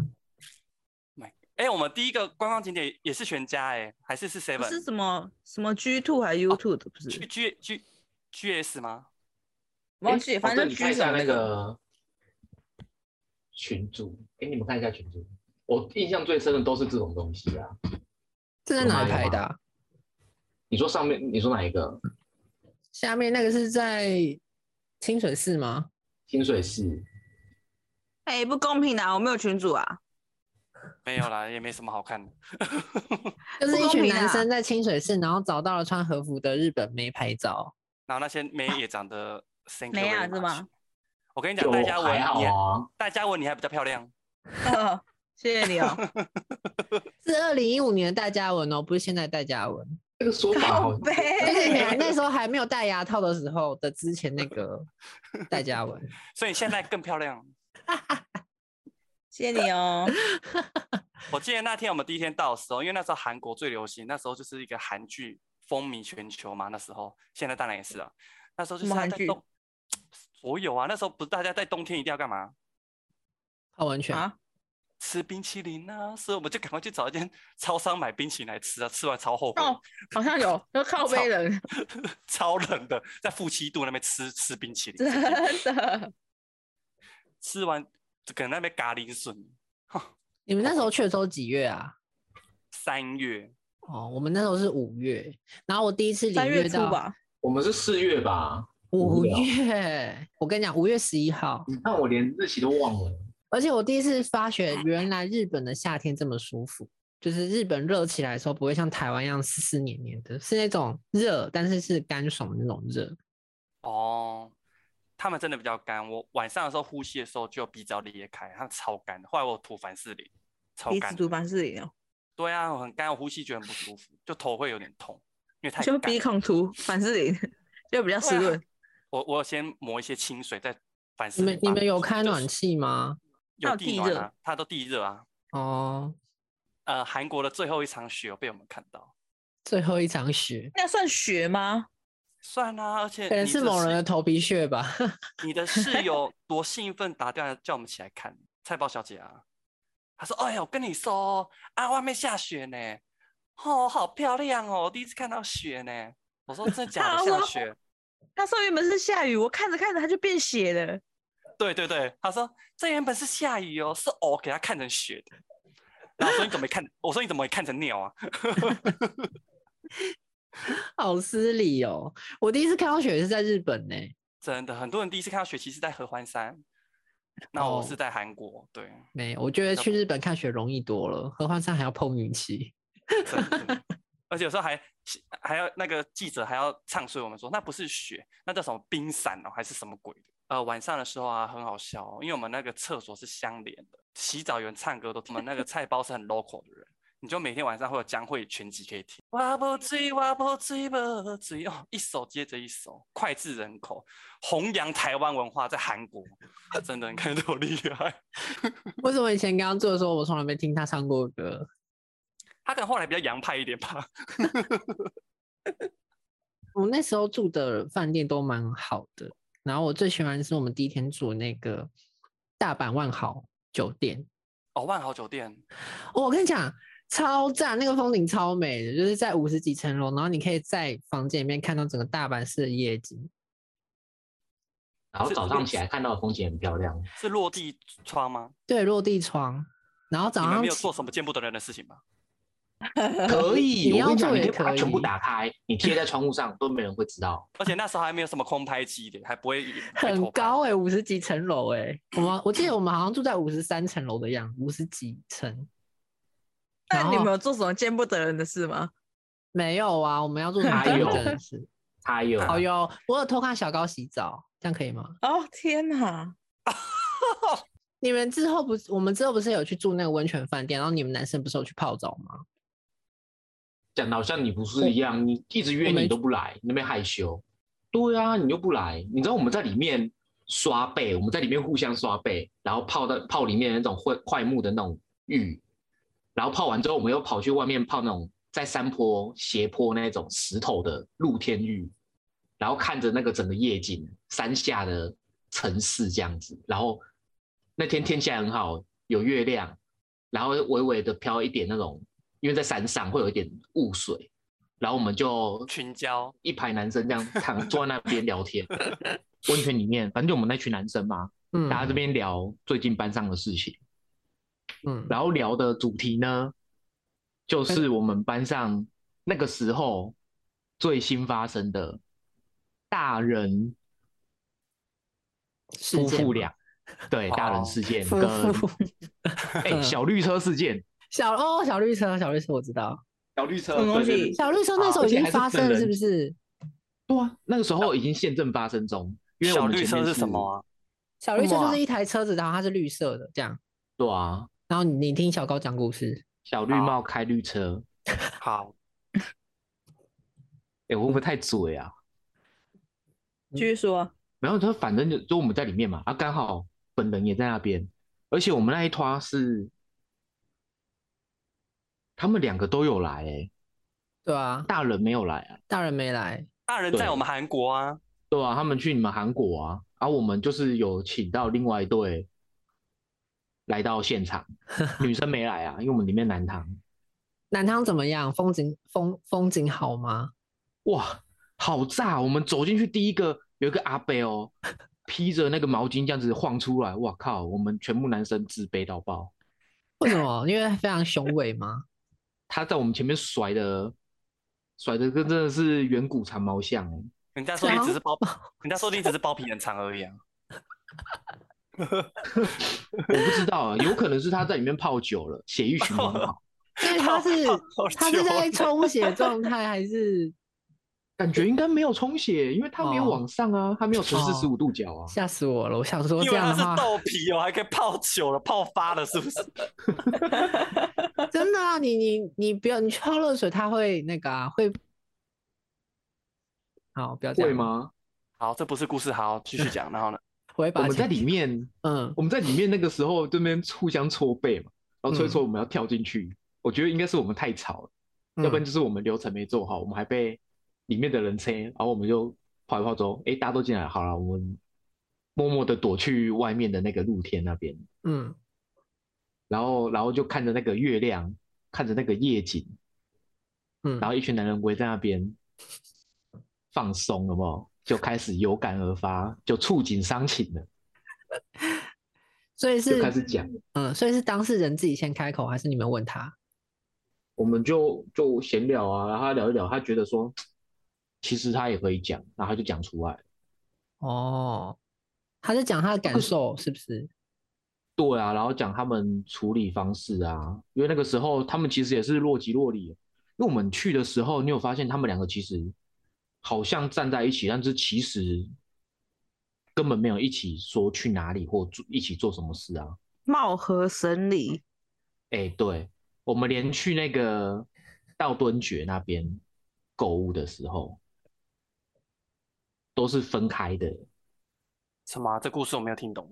Speaker 2: 哎、我们第一个观光景点也是全家哎、还是是
Speaker 1: 不欸是
Speaker 2: Seven？哦
Speaker 1: 什么什么 G two 还是 U two 的，不
Speaker 2: 去
Speaker 1: 是？
Speaker 2: G G G S 吗？
Speaker 1: 忘记，反
Speaker 4: 哦对
Speaker 1: 正
Speaker 4: 你
Speaker 1: 就
Speaker 4: 看
Speaker 1: G
Speaker 4: 一
Speaker 1: 什
Speaker 4: 下
Speaker 1: 么那
Speaker 4: 那
Speaker 1: 个。
Speaker 4: 个群主，哎、你们看一下群主。我印象最深的都是这种东西啊。
Speaker 3: 这在哪
Speaker 4: 有
Speaker 3: 里
Speaker 4: 吗
Speaker 3: 拍的啊、
Speaker 4: 你说上面，你说哪一个？
Speaker 3: 下面那个是在清水寺吗？
Speaker 4: 清水寺，
Speaker 1: 哎，不公平啊！我没有群主 啊，
Speaker 2: 没有啦，也没什么好看的。
Speaker 3: 就是
Speaker 1: 不
Speaker 3: 一
Speaker 1: 公
Speaker 3: 群
Speaker 1: 平
Speaker 3: 男
Speaker 1: 啊
Speaker 3: 生在清水寺，然后找到了穿和服的日本妹拍照。
Speaker 2: 然后那些妹也长得 thank you
Speaker 1: 没啊
Speaker 2: very
Speaker 1: 是
Speaker 2: much
Speaker 1: 吗？
Speaker 2: 我跟你讲，
Speaker 4: 就
Speaker 2: 戴嘉
Speaker 4: 还
Speaker 2: 文
Speaker 4: 好
Speaker 2: 你还
Speaker 4: 啊。
Speaker 2: 戴嘉文你还比较漂亮，
Speaker 1: 哦谢谢你哦。
Speaker 3: 是二零一五年的戴嘉文哦，不是现在戴嘉 文，
Speaker 4: 这个说法好，
Speaker 3: 就
Speaker 1: 呗
Speaker 3: 是你还那时候还没有戴牙套的时候的之前那 个戴嘉文。
Speaker 2: 所以你现在更漂亮。
Speaker 1: 谢谢你哦。
Speaker 2: 我记得那天我们第一天到的时候，因为那时候韩国最流行，那时候就是一个韩剧风靡全球嘛。那时候，现在当然也是啊。那时候就
Speaker 1: 什么
Speaker 2: 是他
Speaker 1: 韩
Speaker 2: 在
Speaker 1: 剧
Speaker 2: 冬，所有啊，那时候不是大家在冬天一定要干嘛？
Speaker 3: 泡温泉，
Speaker 1: 啊，
Speaker 2: 吃冰淇淋啊，所以我们就赶快去找一间超商买冰淇淋来吃啊，吃完超后悔，
Speaker 1: 哦，好像有，就靠背人，
Speaker 2: 超冷的，在负七度那边吃吃冰淇淋，
Speaker 1: 真
Speaker 2: 吃冰淇淋
Speaker 1: 的。
Speaker 2: 吃完可能那边咖喱笋，
Speaker 3: 你们那时候去的时候几月啊？
Speaker 2: 三月
Speaker 3: 哦，我们那时候是五月，然后我第一次领
Speaker 1: 三月
Speaker 3: 略
Speaker 1: 初
Speaker 3: 到
Speaker 1: 吧，
Speaker 4: 我们是四月吧？
Speaker 3: 五
Speaker 4: 五月啊
Speaker 3: 月，我跟你讲，五月十一号，
Speaker 4: 你看我连日期都忘了。
Speaker 3: 而且我第一次发觉，原来日本的夏天这么舒服，就是日本热起来的时候不会像台湾一样湿湿黏黏的，是那种热，但是是干爽的那种热。
Speaker 2: 哦。他们真的比较干，我晚上的时候呼吸的时候就鼻子要裂开，他们超干的。后来我吐凡士林，超
Speaker 1: 鼻
Speaker 2: 干
Speaker 1: 子
Speaker 2: 的。
Speaker 1: 毒板是零哦，
Speaker 2: 对啊，我很干，我呼吸觉得很不舒服，就头会有点痛，因为太
Speaker 1: 就
Speaker 2: 干。
Speaker 1: 鼻孔图反是零， 就比较湿润。
Speaker 2: 我我有先抹一些清水，再反
Speaker 3: 你
Speaker 2: 思。
Speaker 3: 们你们有开暖？气吗？
Speaker 1: 还
Speaker 2: 有
Speaker 1: 有
Speaker 2: 地
Speaker 1: 地
Speaker 2: 暖
Speaker 1: 热
Speaker 2: 啊，它都地热啊。
Speaker 3: 哦，
Speaker 2: 呃，韩国的最后一场雪有被我们看到，
Speaker 3: 最后一场雪，
Speaker 1: 那算雪吗？
Speaker 2: 算啦、而且
Speaker 3: 可能
Speaker 2: 你
Speaker 3: 是
Speaker 2: 的
Speaker 3: 某
Speaker 2: 室
Speaker 3: 人的头皮屑吧。
Speaker 2: 你的室友多兴奋，打电话叫我们起来看菜包小姐啊。她说：“哎呀，我跟你说哦啊，外面下雪呢，哦，好漂亮哦，我第一次看到雪呢。”我说：“真的假
Speaker 1: 她
Speaker 2: 的？下
Speaker 1: 说
Speaker 2: 雪？”
Speaker 1: 他说原本是下雨，我看着看着它就变血了。
Speaker 2: 对对对，他说这原本是下雨哦，是偶给他看成雪的。然后我说你怎么没看？我说你怎么没看成尿啊？
Speaker 3: 好失礼哦！我第一次看到雪是在日本呢、
Speaker 2: 真的，很多人第一次看到雪其实在合欢山，那我
Speaker 3: 哦
Speaker 2: 是在韩国，对，
Speaker 3: 没，我觉得去日本看雪容易多了，合欢山还要碰运气。
Speaker 2: 真的。 而且有时候还还要那个记者还要唱衰我们说那不是雪，那叫什么冰伞哦，还是什么鬼的？呃，晚上的时候啊，很好笑哦，因为我们那个厕所是相连的，洗澡有人唱歌都，我们那个菜包是很 local 的人，你就每天晚上会有江蕙全集可以听。我不醉，我不醉，不醉哦，一首接着一首，脍炙人口，弘扬台湾文化在韩国，真的你看多厉害。
Speaker 3: 为什么以前刚刚做的时候，我从来没听他唱过歌？
Speaker 2: 他可能后来比较洋派一点吧。
Speaker 3: 我那时候住的饭店都蛮好的，然后我最喜欢是我们第一天住那个大阪万豪酒店。
Speaker 2: 哦，万豪酒店，
Speaker 3: 哦我跟你讲，超赞，那个风景超美的，就是在五十几层楼，然后你可以在房间里面看到整个大阪市的夜景。
Speaker 4: 然后早上起来看到的风景很 漂亮。
Speaker 2: 是落地窗吗？
Speaker 3: 对，落地窗，然后
Speaker 2: 你
Speaker 3: 早
Speaker 2: 们
Speaker 3: 上
Speaker 2: 没有
Speaker 3: 起
Speaker 2: 做什么见不得人的事情吧？
Speaker 4: 可以，
Speaker 3: 你
Speaker 4: 我跟
Speaker 3: 要
Speaker 4: 你讲，
Speaker 3: 做
Speaker 4: 你可
Speaker 3: 也
Speaker 4: 以把它
Speaker 3: 可
Speaker 4: 全部
Speaker 3: 以
Speaker 4: 打开，你贴在窗户上都没人会知道。
Speaker 2: 而且那时候还没有什么空拍机的，还不会被偷
Speaker 3: 很
Speaker 2: 拍
Speaker 3: 高哎、欸，五十几层楼哎，我们我记得我们好像住在五十三层楼的样子，五十几层。然
Speaker 1: 那你
Speaker 3: 后
Speaker 1: 们有做什么见不得人的事吗？
Speaker 3: 没有啊？我们 要住什么
Speaker 4: 哪
Speaker 3: 地
Speaker 4: 有
Speaker 3: 方真的是？
Speaker 4: 它 有，啊
Speaker 3: 哦哟，我有偷看小高洗澡，这样可以吗？
Speaker 1: 哦天哪！
Speaker 3: 你们之后不是我们之后不是有去住那个温泉饭店，然后你们男生不是有去泡澡吗？
Speaker 4: 讲的好像你不是一样，你一直约
Speaker 3: 我没
Speaker 4: 你都不来，你那边害羞。对啊，你又不来，你知道我们在里面刷背，我们在里面互相刷背，然后泡到泡里面那种会快木的那种浴，然后泡完之后，我们又跑去外面泡那种在山坡斜坡那种石头的露天浴，然后看着那个整个夜景，山下的城市这样子。然后那天天气还很好，有月亮，然后微微的飘一点那种，因为在山上会有一点雾水，然后我们就
Speaker 2: 群交，
Speaker 4: 一排男生这样躺坐在那边聊天，温泉里面，反正就我们那群男生嘛，
Speaker 3: 嗯，
Speaker 4: 大家这边聊最近班上的事情，
Speaker 3: 嗯，
Speaker 4: 然后聊的主题呢，就是我们班上那个时候最新发生的大人
Speaker 3: 事
Speaker 4: 夫
Speaker 3: 件
Speaker 4: 妇
Speaker 3: 吗哦
Speaker 4: 俩，对大人事件
Speaker 3: 夫
Speaker 4: 跟
Speaker 3: 妇
Speaker 4: 哎小绿车事件，
Speaker 3: 小哦小绿车小绿车我知道，
Speaker 4: 小绿车
Speaker 1: 什么东西
Speaker 4: 对对对
Speaker 3: 小绿车那时候已经发生了是不是？
Speaker 4: 对啊，那个时候已经宪政发生中，因为我
Speaker 2: 小
Speaker 4: 们
Speaker 2: 绿
Speaker 4: 前
Speaker 2: 车
Speaker 4: 面
Speaker 2: 是什么？啊？
Speaker 3: 小绿车
Speaker 4: 哇
Speaker 3: 就是一台车子，然后它是绿色的这样，
Speaker 4: 对啊，
Speaker 3: 然后你你听小高讲故事，
Speaker 4: 小绿帽开绿车，
Speaker 2: 好，
Speaker 4: 哎、我会不会太嘴啊？
Speaker 1: 继续说，
Speaker 4: 然后他反正就就我们在里面嘛，啊，刚好本人也在那边，而且我们那一团是他们两个都有来、欸，
Speaker 3: 对啊，
Speaker 4: 大人没有来啊，
Speaker 3: 大人没来，
Speaker 2: 大人在
Speaker 4: 对
Speaker 2: 我们韩国啊，
Speaker 4: 对啊，他们去你们韩国啊，啊，我们就是有请到另外一对来到现场，女生没来啊，因为我们里面男堂，
Speaker 3: 南昌怎么样？风景风风景好吗？
Speaker 4: 哇，好炸！我们走进去第一个有一个阿伯哦，披着那个毛巾这样子晃出来，哇靠！我们全部男生自卑到爆。
Speaker 3: 为什么？因为非常雄伟吗？
Speaker 4: 他在我们前面甩的，甩的跟真的是远古长毛象欸
Speaker 2: 人家说
Speaker 3: 对
Speaker 2: 你
Speaker 3: 啊
Speaker 2: 只是包，人家说你只是包皮很长而已啊。
Speaker 4: 我不知道啊，有可能是他在里面泡久了，血液循环好，
Speaker 3: 因为他是 他是在充血状态还是
Speaker 4: 感觉应该没有充血，因为他没有
Speaker 3: 哦
Speaker 4: 往上啊，他没有呈四
Speaker 3: 哦
Speaker 4: 十五度角啊。
Speaker 3: 吓死我了！我想说
Speaker 2: 因
Speaker 3: 这
Speaker 2: 为
Speaker 3: 样
Speaker 2: 它是
Speaker 3: 的话，
Speaker 2: 豆皮哦，还可以泡久了、泡发了，是不是？
Speaker 3: 真的啊，你你你不要你去泡热水，它会那个啊，会好不要这
Speaker 4: 会
Speaker 3: 样？
Speaker 4: 吗？
Speaker 2: 好，这不是故事，好，继续讲。然后呢？
Speaker 3: 我会把
Speaker 4: 我
Speaker 3: 它
Speaker 4: 们在
Speaker 3: 剪
Speaker 4: 里面，
Speaker 3: 嗯
Speaker 4: 我们在里面那个时候这边互相搓背嘛，然后搓一
Speaker 3: 嗯
Speaker 4: 搓我们要跳进去，我觉得应该是我们太吵了。要不然
Speaker 3: 嗯
Speaker 4: 就是我们流程没做好，我们还被里面的人催，然后我们就跑一跑走，哎，大家都进来，好了，我们默默的躲去外面的那个露天那边，
Speaker 3: 嗯
Speaker 4: 然后然后就看着那个月亮，看着那个夜景，
Speaker 3: 嗯，
Speaker 4: 然后一群男人围在那边放松，有没有？就开始有感而发，就触景伤情了，
Speaker 3: 所以
Speaker 4: 就开始
Speaker 3: 是
Speaker 4: 讲，
Speaker 3: 嗯，所以是当事人自己先开口，还是你们问他？
Speaker 4: 我们就就闲聊啊，然后他聊一聊，他觉得说，其实他也可以讲，然后他就讲出来。
Speaker 3: 哦，他是讲他的感受是不是？
Speaker 4: 对啊，然后讲他们处理方式啊，因为那个时候他们其实也是若即若离，因为我们去的时候，你有发现他们两个其实好像站在一起，但是其实根本没有一起说去哪里或做一起做什么事啊。
Speaker 1: 貌合神离，
Speaker 4: 哎，对，我们连去那个道敦爵那边购物的时候，都是分开的。
Speaker 2: 什么啊？这故事我没有听懂。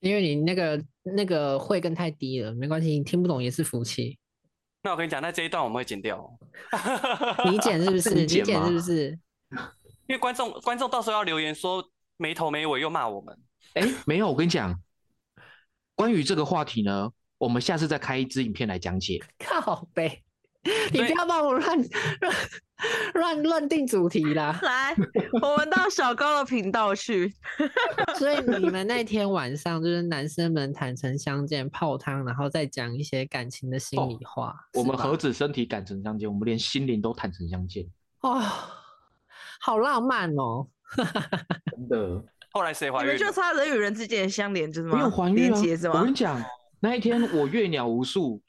Speaker 3: 因为你那个那个慧根太低了，没关系，你听不懂也是福气。
Speaker 2: 那我跟你讲，那这一段我们会剪掉哦，
Speaker 3: 你剪是不是？
Speaker 4: 你
Speaker 3: 你
Speaker 4: 剪
Speaker 3: 剪是不
Speaker 4: 吗
Speaker 3: 是？
Speaker 2: 因为观众观众到时候要留言说没头没尾又骂我们。
Speaker 4: 哎，没有，我跟你讲，关于这个话题呢，我们下次再开一支影片来讲解。
Speaker 3: 靠背，你
Speaker 2: 对
Speaker 3: 不要帮我乱乱乱乱定主题 啦。
Speaker 1: 来，我们到小高的频道 去。
Speaker 3: 所以你们那天晚上就是男生们坦诚相见泡汤，然后再讲一些感情的心
Speaker 4: 哦
Speaker 3: 里话。
Speaker 4: 我
Speaker 3: 是
Speaker 4: 们
Speaker 3: 吧
Speaker 4: 何止身体坦诚相见，我们连心灵都坦诚相见。
Speaker 3: 哦，好浪漫哦！
Speaker 4: 真的，
Speaker 2: 后来谁怀
Speaker 1: 你
Speaker 2: 孕
Speaker 1: 们就
Speaker 2: 了？
Speaker 1: 差人与人之间的相连，就是吗？
Speaker 4: 不用还愿
Speaker 1: 连
Speaker 4: 啊
Speaker 1: 结是！
Speaker 4: 我
Speaker 1: 吗
Speaker 4: 跟你？讲，那一天我阅鸟无数，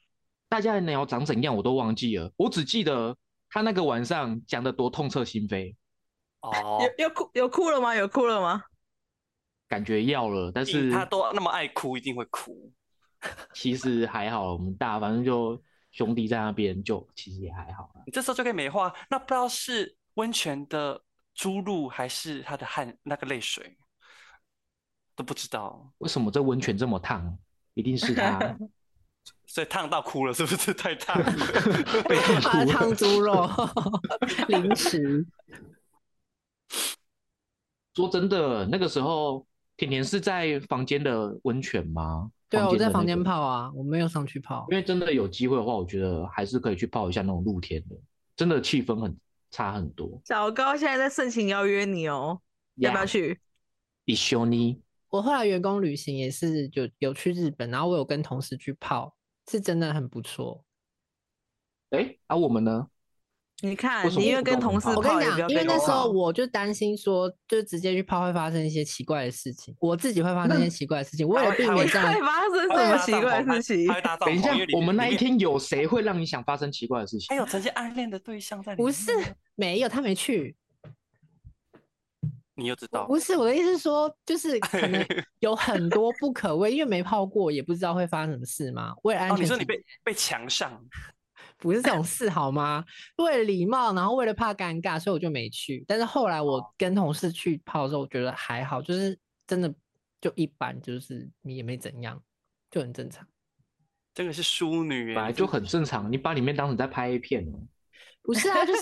Speaker 4: 大家的鸟长怎样我都忘记了，我只记得他那个晚上讲的多痛彻心扉，
Speaker 2: 哦，
Speaker 1: 有有哭有哭了吗？有哭了吗？
Speaker 4: 感觉要了，但是
Speaker 2: 他都那么爱哭，一定会哭。
Speaker 4: 其实还好，我们大反正就兄弟在那边，就其实也还好啦。
Speaker 2: 你这时候就可以美化，那不知道是温泉的猪露还是它的汗那个泪水，都不知道，
Speaker 4: 为什么这温泉这么烫？一定是他
Speaker 2: 所以烫到哭了，是不是 太烫了？
Speaker 4: 被烫
Speaker 3: 他
Speaker 4: 哭
Speaker 3: 烫
Speaker 4: 了。
Speaker 3: 猪 肉 零食，
Speaker 4: 说真的，那个时候甜甜是在房间的温泉吗？
Speaker 3: 对啊，我在房
Speaker 4: 的
Speaker 3: 间
Speaker 4: 那个。
Speaker 3: 泡啊，我没有上去泡
Speaker 4: 因。为真的有机会的话，我觉得还是可以去泡一下那种露天的，真的气氛很差很多。
Speaker 1: 小高现在在盛情邀约你哦，要不要？去？
Speaker 4: 一休尼
Speaker 3: 我后来员工旅行也是就有去日本，然后我有跟同事去泡，是真的很不错。
Speaker 4: 哎，啊我们呢？
Speaker 1: 你看，
Speaker 4: 为什么
Speaker 1: 你因为
Speaker 4: 不
Speaker 1: 跟
Speaker 4: 跟我
Speaker 1: 同
Speaker 4: 们
Speaker 1: 事
Speaker 4: 泡
Speaker 3: 我跟
Speaker 1: 泡，
Speaker 3: 你
Speaker 1: 也不要
Speaker 3: 讲，因为
Speaker 1: 跟
Speaker 3: 那
Speaker 1: 我
Speaker 3: 时候
Speaker 1: 泡
Speaker 3: 我就担心说，就直接去泡会发生一些奇怪的事情，我自己会发生一些奇怪的事情。为了避
Speaker 2: 还
Speaker 3: 免
Speaker 2: 会
Speaker 3: 这样
Speaker 1: 会，发生什么
Speaker 2: 它会搭
Speaker 1: 奇
Speaker 2: 帐
Speaker 1: 怪的
Speaker 2: 篷它
Speaker 1: 事情
Speaker 2: 它？会搭帐
Speaker 4: 等一
Speaker 2: 篷
Speaker 4: 下
Speaker 2: 因为，里
Speaker 4: 我们那一
Speaker 2: 里面哎
Speaker 4: 天有谁会让你想发生奇怪的事情
Speaker 2: 还？有曾经暗恋的对象在里面，
Speaker 3: 不是没有，他没去。
Speaker 2: 你又知道哦
Speaker 3: 不是我的意思是说，就是可 能有很多不可谓，因为没泡过，也不知道会发生什么事嘛。为了安
Speaker 2: 哦？
Speaker 3: 全
Speaker 2: 你
Speaker 3: 起
Speaker 2: 说
Speaker 3: 见，
Speaker 2: 你被被强上，
Speaker 3: 不是这种事好吗？为了礼貌，然后为了怕尴尬，所以我就没去。但是后来我跟同事去泡的时候，我觉得还好，就是真的就一般，就是你也没怎样，就很正常。
Speaker 2: 真的是淑女耶，
Speaker 4: 本来就很正常，你把里面当成在拍 A 片哦。
Speaker 3: 不是啊，就是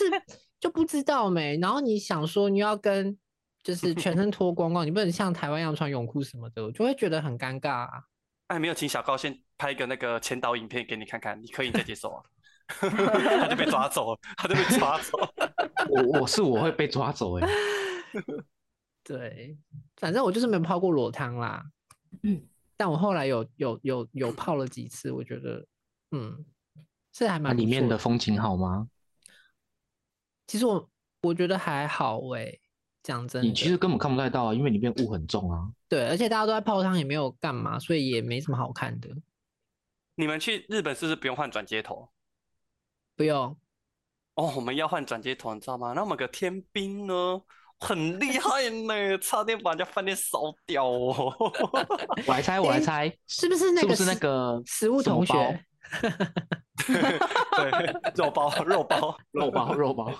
Speaker 3: 就不知道没。然后你想说你要跟就是全身脱光光，你不能像台湾一样穿泳裤什么的，我就会觉得很尴尬、啊。
Speaker 2: 哎，没有请小高先拍一个那个前导影片给你看看，你可以你再接 受啊。 他就被抓走了，他就被抓走了。
Speaker 4: 我我是我会被抓走哎、
Speaker 3: 对，反正我就是没有泡过裸汤啦。但我后来有有有有泡了几次，我觉得嗯，是还
Speaker 4: 那
Speaker 3: 蛮不
Speaker 4: 里面
Speaker 3: 错
Speaker 4: 的风景好吗？
Speaker 3: 其实我我觉得还好诶、讲真
Speaker 4: 你
Speaker 3: 的，
Speaker 4: 其实根本看不太到啊，因为里面雾很重啊。
Speaker 3: 对，而且大家都在泡汤，也没有干嘛，所以也没什么好看的。
Speaker 2: 你们去日本是不是不用换转接头？
Speaker 3: 不用，
Speaker 2: 哦，我们要换转接头，你知道吗？那我们有个天兵呢，很厉害呢，差点把人家饭店烧掉哦。
Speaker 4: 我来哎猜，我来猜，
Speaker 3: 是不是那个
Speaker 4: 是不是那个
Speaker 3: 食物
Speaker 4: 什么
Speaker 3: 同
Speaker 4: 包
Speaker 3: 学？
Speaker 2: 对，肉包肉包。
Speaker 4: 肉包肉包？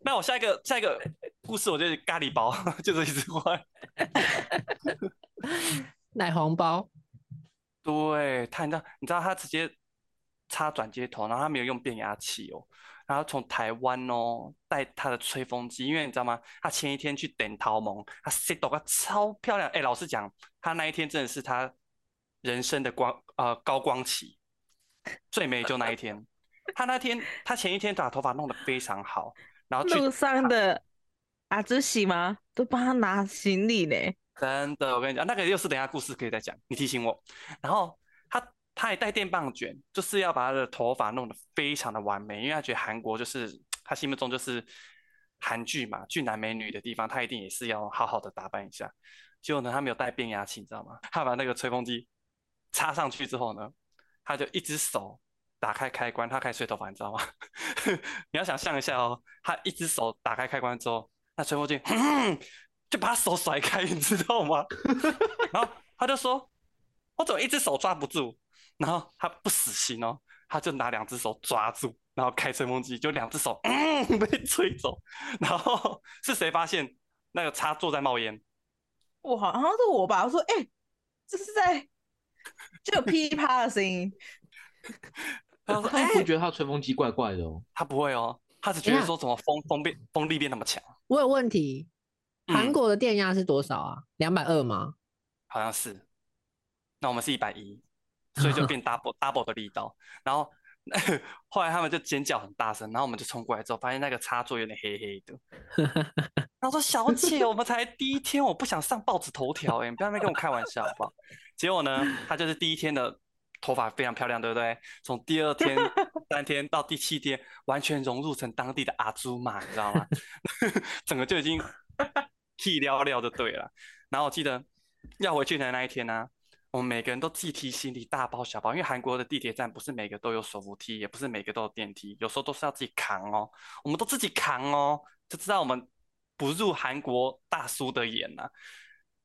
Speaker 2: 那我下一个下一个故事，我就是咖喱包， 就是一直换。
Speaker 3: 奶黄包？
Speaker 2: 对，他你知道，你知道他直接插转接头，然后他没有用变压器哦，然后从台湾哦带他的吹风机，因为你知道吗？他前一天去点桃蒙，他 set 到个超漂亮。哎，老实讲，他那一天真的是他人生的光呃高光期，最美就那一天。他那天他前一天把头发弄得非常好，然后去
Speaker 1: 路上的阿朱喜吗？都帮他拿行李呢。
Speaker 2: 真的，我跟你讲，那个又是等一下故事可以再讲，你提醒我。然后他他还带电棒卷，就是要把他的头发弄得非常的完美，因为他觉得韩国就是他心目中就是韩剧嘛，俊男美女的地方，他一定也是要好好的打扮一下。结果呢，他没有带变压器，你知道吗？他把那个吹风机插上去之后呢，他就一只手打开开关，他开始吹头发，你知道吗？ 你要想象一下哦，他一只手打开开关之后，那吹风机就把他手甩开，你知道吗？然后他就说：“我怎么一只手抓不住？”然后他不死心哦，他就拿两只手抓住，然后开吹风机，就两只手嗯 被吹走。然后是谁发现那个插座在冒烟？
Speaker 1: 我好好像是我吧，我说哎、这是在就有噼里啪啦的声音，
Speaker 2: 他就说：“哎、
Speaker 4: 他不觉得他吹风机怪怪的哦？
Speaker 2: 他不会哦，他只觉得说怎么风风变风力变那么强，
Speaker 3: 我有问题，韩
Speaker 2: 嗯
Speaker 3: 国的电压是多少啊？两百二吗？
Speaker 2: 好像是。那我们是一百一，所以就变 double double 的力道。然后 后来他们就尖叫很大声，然后我们就冲过来之后，发现那个插座有点黑黑的。然后说：“小姐，我们才第一天，我不想上报纸头条、欸，哎，你不要在那边跟我开玩笑好不好？”结果呢，她就是第一天的头发非常漂亮，对不对？从第二 天、三天到第七天，完全融入成当地的阿朱玛，你知道吗？ 整个就已经剃撩撩就对了。然后我记得要回去的那一天呢、我们每个人都自己提行李，大包小包，因为韩国的地铁站不是每个都有手扶梯，也不是每个都有电梯，有时候都是要自己扛哦。我们都自己扛哦，就知道我们不入韩国大叔的眼呐、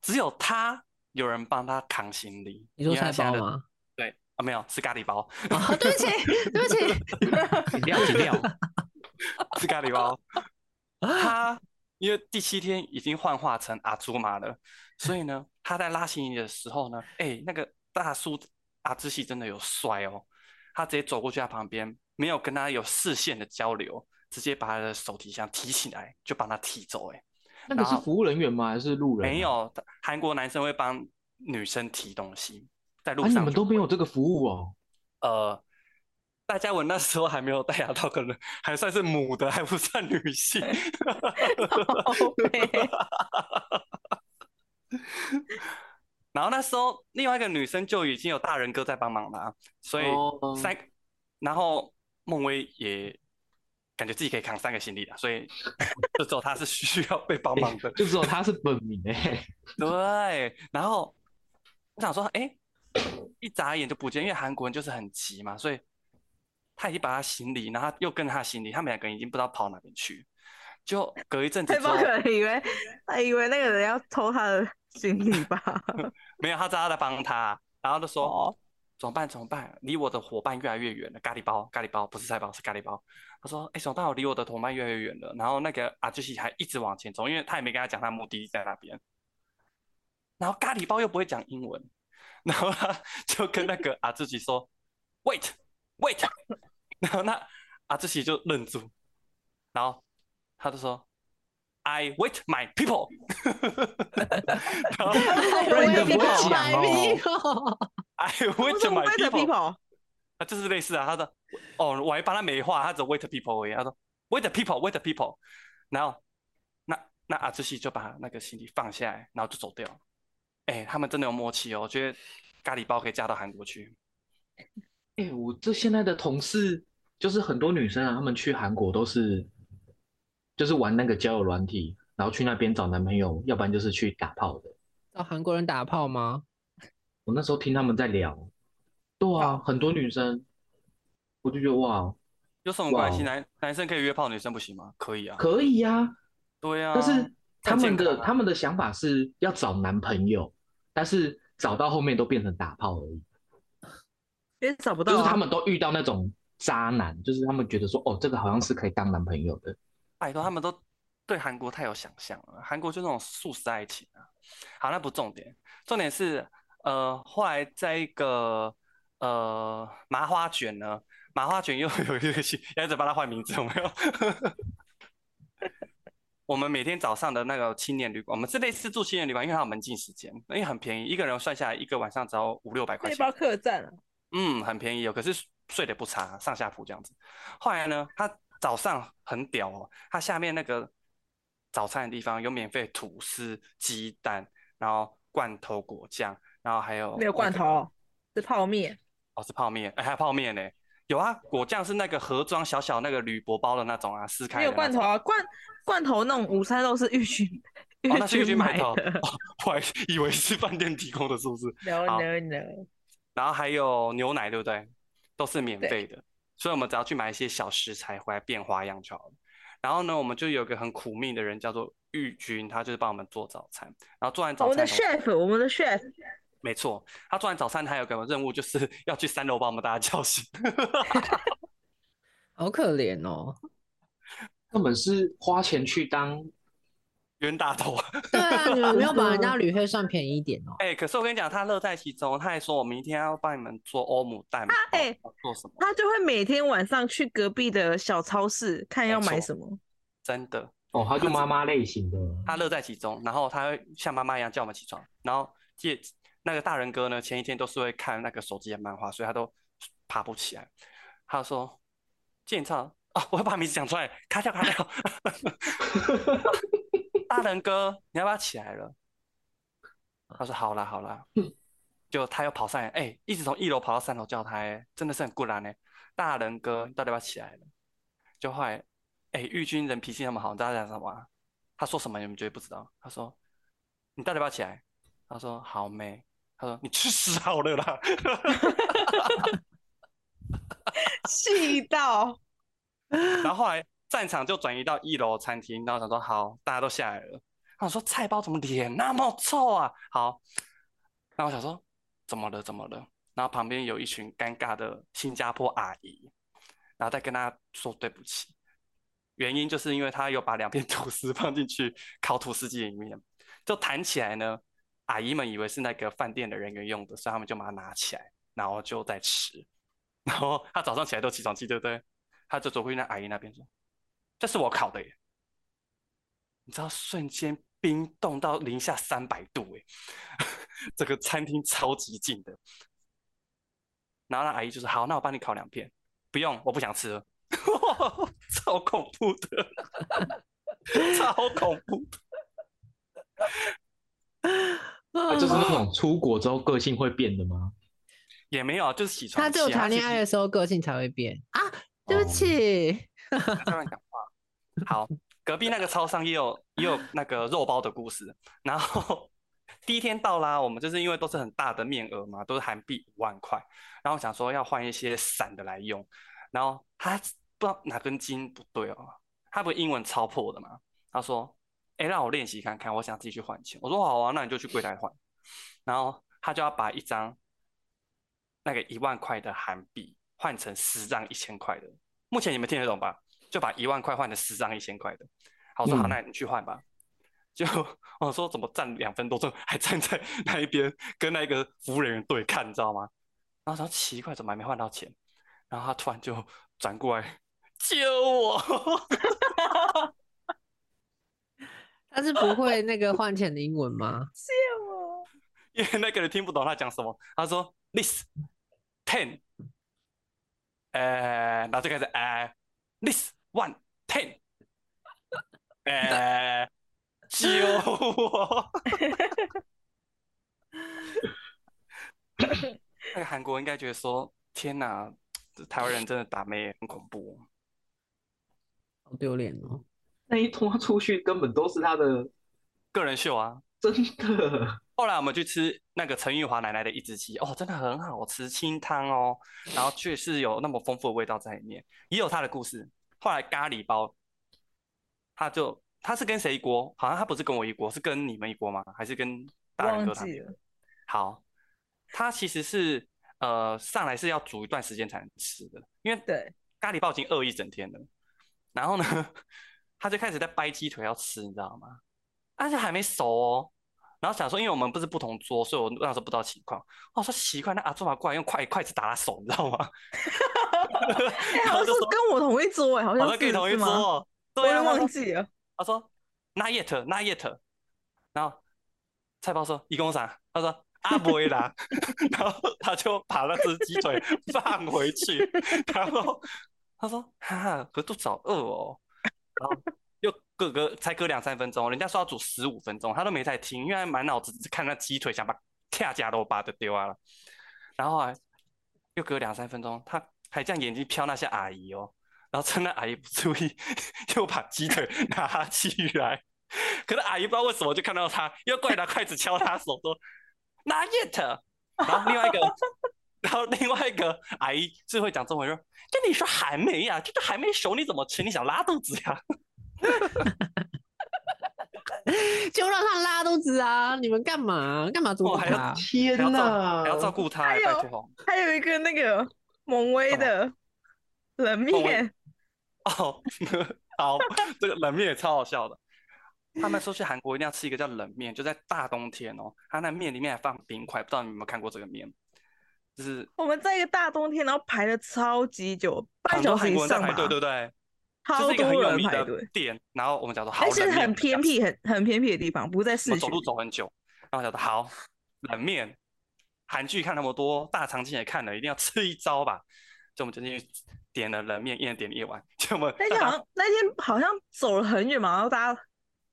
Speaker 2: 只有他有人帮他扛行李，
Speaker 3: 你说
Speaker 2: 因为他
Speaker 3: 菜
Speaker 2: 现在
Speaker 3: 包
Speaker 2: 的？
Speaker 3: 吗？哦
Speaker 2: 对啊，没有是咖喱包，
Speaker 1: 啊，对不起，对不 起，
Speaker 4: 请料请料，
Speaker 2: 是咖喱包。
Speaker 4: 啊
Speaker 2: 他因为第七天已经幻化成阿朱玛了，所以呢，他在拉行李的时候呢，哎，那个大叔阿志系真的有帅哦，他直接走过去他旁边，没有跟他有视线的交流，直接把他的手提箱提起来就帮他提走，哎。
Speaker 4: 那个是服务人员吗？还是路人？啊
Speaker 2: 没，有，他韩国男生会帮女生提东西，在路
Speaker 4: 啊，你
Speaker 2: 上
Speaker 4: 们
Speaker 2: 就
Speaker 4: 都没有这个服务哦。
Speaker 2: 呃，大家文那时候还没有戴牙套，可能还算是母的，还不算女性。
Speaker 1: 宝贝，
Speaker 2: 然后那时候另外一个女生就已经有大人哥在帮忙了啊，所以
Speaker 4: 哦
Speaker 2: 三，然后孟威也感觉自己可以扛三个行李了，所以 这时候他是需要被帮忙的。
Speaker 4: 就只有他是本名哎，
Speaker 2: 对，然后我想说，哎，一眨眼就不见，因为韩国人就是很急嘛，所以他已经把他行李，然后他又跟着他行李，他们两个人已经不知道跑哪边去。就隔一阵子
Speaker 1: 太
Speaker 2: 之
Speaker 1: 包
Speaker 2: 后
Speaker 1: 可，能以为他以为那个人要偷他的行李吧？
Speaker 2: 没有，他知道他在帮他，然后就
Speaker 1: 哦
Speaker 2: 说、怎么办？怎么办？离我的伙伴越来越远了。咖喱包，咖喱包不是菜包，是咖喱包。他说：“哎、怎么办？我离我的同伴越来越远了。”然后那个阿吉西还一直往前走，因为他也没跟他讲他目的地在哪边。然后咖喱包又不会讲英文，然后他 就跟那个阿志奇说 “wait wait”，然 后那阿志奇就愣住，然后他就说 “I wait my people”，然后
Speaker 3: 哎
Speaker 4: 不然你怎么会
Speaker 1: 我
Speaker 4: 讲哦？
Speaker 2: “I
Speaker 1: 我
Speaker 2: wait
Speaker 1: 怎么
Speaker 2: my
Speaker 1: wait
Speaker 2: people”。
Speaker 1: people？
Speaker 2: 啊，就是类似啊，他的哦，我还帮他美化，他只 wait people 而已，他说 wait people wait people，然后那那阿志西就把那个行李放下来，然后就走掉了。哎、他们真的有默契哦，我觉得咖喱包可以嫁到韩国去。
Speaker 4: 哎，我这现在的同事就是很多女生啊，她们去韩国都是就是玩那个交友软体，然后去那边找男朋友，要不然就是去打炮的。
Speaker 3: 找韩国人打炮吗？
Speaker 4: 我那时候听他们在聊，对啊，很多女生，我就觉得哇，
Speaker 2: 有什么关系？
Speaker 4: 哇哦
Speaker 2: 男男生可以约炮，女生不行吗？可以啊，
Speaker 4: 可以呀、
Speaker 2: 对啊。
Speaker 4: 但是他们
Speaker 2: 健
Speaker 4: 的
Speaker 2: 康啊
Speaker 4: 他们的想法是要找男朋友，但是找到后面都变成打炮而已。
Speaker 1: 也找不
Speaker 4: 就
Speaker 1: 到
Speaker 4: 是
Speaker 1: 啊
Speaker 4: 他们都遇到那种渣男，就是他们觉得说，哦，这个好像是可以当男朋友的。
Speaker 2: 拜托，他们都对韩国太有想象了。韩国就那种素食爱情啊。好，那不重点，重点是呃，后来在一个呃麻花卷呢，麻花卷又有一个新， 要再帮他换名字有没有？ 我们每天早上的那个青年旅馆，我们是类似住青年旅馆，因为它有门禁时间，因为很便宜，一个人算下来一个晚上只要五六百块
Speaker 1: 背
Speaker 2: 钱。
Speaker 1: 包客栈啊，
Speaker 2: 嗯，很便宜哦，可是睡得不差，上下铺这样子。后来呢，他早上很屌哦，他下面那个早餐的地方有免费吐司、鸡蛋，然后罐头果酱，然后还有
Speaker 1: 没有
Speaker 2: 那
Speaker 1: 罐
Speaker 2: 个
Speaker 1: 头，是泡面。
Speaker 2: 哦，是泡面，哎，还有泡面呢，有啊，果酱是那个盒装小小那个铝箔包的那种啊，撕
Speaker 1: 没
Speaker 2: 开
Speaker 1: 有
Speaker 2: 的那
Speaker 1: 罐头
Speaker 2: 种。
Speaker 1: 啊，罐罐头那种午餐都是预训，
Speaker 2: 哦，那是去
Speaker 1: 训
Speaker 2: 买
Speaker 1: 买
Speaker 2: 的哦，
Speaker 1: 的。
Speaker 2: 哦 我还以为是饭店提供的，是不是？
Speaker 1: No
Speaker 2: 好
Speaker 1: no no，
Speaker 2: 然后还有牛奶，对不对？都是免
Speaker 1: 对
Speaker 2: 费的，所以我们只要去买一些小食材回来变花样就好了。然后呢，我们就有个很苦命的人叫做玉君，他就是帮我们做早餐。然后做完
Speaker 1: 我
Speaker 2: 早
Speaker 1: 们的
Speaker 2: 餐同，
Speaker 1: chef，我们的 chef，
Speaker 2: 没错，他做完早餐还有个任务，就是 要去三楼把我们大家叫醒。
Speaker 3: 好可怜哦。
Speaker 4: 他们是花钱去当，
Speaker 2: 冤大头！
Speaker 3: 对啊，你们没有把人
Speaker 1: 真的
Speaker 3: 家旅费算便宜一点哦。
Speaker 2: 哎、可是我跟你讲，他乐在其中，他还说我明天要帮你们做欧姆蛋堡，
Speaker 1: 哎
Speaker 2: 要做什么？
Speaker 1: 他就会每天晚上去隔壁的小超市看要买
Speaker 2: 没错
Speaker 1: 什么。
Speaker 2: 真的，
Speaker 4: 哦，他就妈妈类型的。啊
Speaker 2: 他乐在其中，然后他会像妈妈一样叫我们起床，然后借那个大人哥呢，前一天都是会看那个手机的漫画，所以他都爬不起来。他说建昌啊，我要把名字讲出来，卡掉卡掉。大人哥，你要不要起来了？他说好啦好啦，就他又跑上来，哎、一直从一楼跑到三楼叫他、哎，真的是很固然呢、大人哥，你到底要不要起来了？就后来，哎、玉军人脾气那么好，你知道他讲什么啊、他说什么你们绝对不知道。他说你到底要不要起来？他说好妹。他说你去死好了啦。
Speaker 1: 气到
Speaker 2: 然后后来战场就转移到一楼餐厅，然后想说好，大家都下来了。然后我说菜包怎么脸那么臭啊？好，那我想说怎么了怎么了？然后旁边有一群尴尬的新加坡阿姨，然后再跟她说对不起，原因就是因为她有把两片吐司放进去烤吐司机里面，就弹起来呢，阿姨们以为是那个饭店的人员用的，所以他们就把它拿起来，然后就在吃。 然后他早上起来都起床气，对不对？他就走过去那阿姨那边说：“这是我烤的耶！”你知道瞬间冰冻到零下三百度哎， 这个餐厅超级近的。然后那阿姨就说：“好，那我帮你烤两片。”不用，我不想吃了。 超恐怖的， 超恐怖的。
Speaker 4: 他啊就是那种出国之后个性会变的吗？
Speaker 2: 也没有，就是起床气啊。
Speaker 3: 他只有谈恋
Speaker 2: 自
Speaker 3: 爱
Speaker 2: 己哦
Speaker 3: 的时候个性才会变啊！对不起，
Speaker 2: 在乱讲话。好，隔壁那个超商也有也有那个肉包的故事。然后第一天到啦，我们就是因为都是很大的面额嘛，都是韩币五万块，然后想说要换一些散的来用，然后他不知道哪根筋不对哦，他不是英文超破的嘛，他说：“哎、让我练习看看，我想自己去换钱。”我说：“好啊，那你就去柜台换。”然后他就要把一张那个一万块的韩币换成十张一千块的。目前你们听得懂吧？就把一万块换成十张一千块的。好，我说好，
Speaker 4: 嗯
Speaker 2: 那你去换吧。就 我说怎么站两分多钟， 还站在那一边跟那个服务人员对看，你知道吗？然后想说奇怪，怎么还没换到钱？然后他突然就转过来 救我。
Speaker 3: 他是不会那个换钱的英文吗？
Speaker 2: 因为那个人听不懂他讲什么，他说 this ten，呃，然后就开始呃 this one ten，呃，救我！那个韩国应该觉得说，天哪，这台湾人真的打妹很恐怖。哦
Speaker 3: 好丢脸哦！
Speaker 4: 那一拖出去根本都是他的，
Speaker 2: 个人秀啊，
Speaker 4: 真的。
Speaker 2: 后来我们去吃那个陈玉华奶奶的一只鸡，哦，真的很好吃，清汤哦，然后确实有那么丰富的味道在里面，也有它的故事。后来咖喱包，他就他是跟谁一锅？好像他不是跟我一锅，是跟你们一锅吗？还是跟大人
Speaker 1: 忘
Speaker 2: 哥他们？
Speaker 1: 记了，
Speaker 2: 好，它其实是呃上来是要煮一段时间才能吃的，因为
Speaker 1: 对
Speaker 2: 咖喱包已经饿一整天了。然后呢， 他就开始在掰鸡腿要吃，你知道吗？但是还没熟哦。然后想说，因为我们不是不同桌，所以我那时候不知道情况。我说奇怪，那阿祖玛过来用筷筷子打他手，你知道吗？
Speaker 1: 哎、
Speaker 2: 然
Speaker 1: 好
Speaker 2: 后
Speaker 1: 像是
Speaker 2: 就说
Speaker 1: 跟我同一桌哎、好像
Speaker 2: 好
Speaker 1: 是
Speaker 2: 像跟你同一
Speaker 1: 是吗
Speaker 2: 桌哦，
Speaker 1: 我
Speaker 2: 对
Speaker 1: 也
Speaker 2: 啊，他
Speaker 1: 忘
Speaker 2: 说
Speaker 1: 记了。
Speaker 2: 他说 not yet not yet，然后菜包说一共啥？他说阿不会啦， 然后他就把那只鸡腿放回去，然后他说哈哈，可肚子好饿哦，然后又隔个才隔两三分钟，人家说要煮十五分钟，他都没在听，因为他满脑子只看那鸡腿，想把恰夹都把它丢啊了，然后啊又隔两三分钟，他还这样眼睛瞟那些阿姨哦。然后趁那阿姨不注意，又把鸡腿拿起来。可是阿姨不知道为什么就看到他，又过来拿筷子敲他手说：“拿 yet。”然后另外一个，然后另外一个阿姨最会讲中文说：“跟你说还没呀、这个还没熟，你怎么吃？你想拉肚子呀
Speaker 3: 就让他拉肚子啊！你们干嘛？干嘛阻
Speaker 2: 我哦
Speaker 3: 止
Speaker 2: 还要
Speaker 3: 他？
Speaker 4: 天？”
Speaker 2: 还要照
Speaker 4: 哪！
Speaker 2: 还要照顾他、
Speaker 1: 哎呦
Speaker 2: 拜托。
Speaker 1: 还有一个那个猛威
Speaker 2: 什么
Speaker 1: 的冷
Speaker 2: 猛威
Speaker 1: 面，
Speaker 2: 哦， 好，这个冷面也超好笑的。他们说去韩国一定要吃一个叫冷面，就在大冬天哦，它那面里面还放冰块，不知道你们有没有看过这个面，就是
Speaker 1: 我们在一个大冬天，然后排了超级久，半
Speaker 2: 很
Speaker 1: 小
Speaker 2: 多
Speaker 1: 时
Speaker 2: 韩
Speaker 1: 以
Speaker 2: 国人在
Speaker 1: 上
Speaker 2: 排
Speaker 1: 吧，
Speaker 2: 队，对不对？这
Speaker 1: 超
Speaker 2: 是一个很
Speaker 1: 多
Speaker 2: 有
Speaker 1: 人
Speaker 2: 名
Speaker 1: 排
Speaker 2: 的
Speaker 1: 队，
Speaker 2: 店，然后我们讲说好，
Speaker 1: 而且
Speaker 2: 冷面
Speaker 1: 很偏，僻，很很偏僻的地方，不在
Speaker 2: 我
Speaker 1: 市
Speaker 2: 们走
Speaker 1: 区。
Speaker 2: 路走很久，然后我想说好，冷面，韩剧看那么多，大长今也看了，一定要吃一招吧。就我们就进去点了冷面，一人点了一碗，就我们
Speaker 1: 那天好像那天好像走了很远嘛，然后大家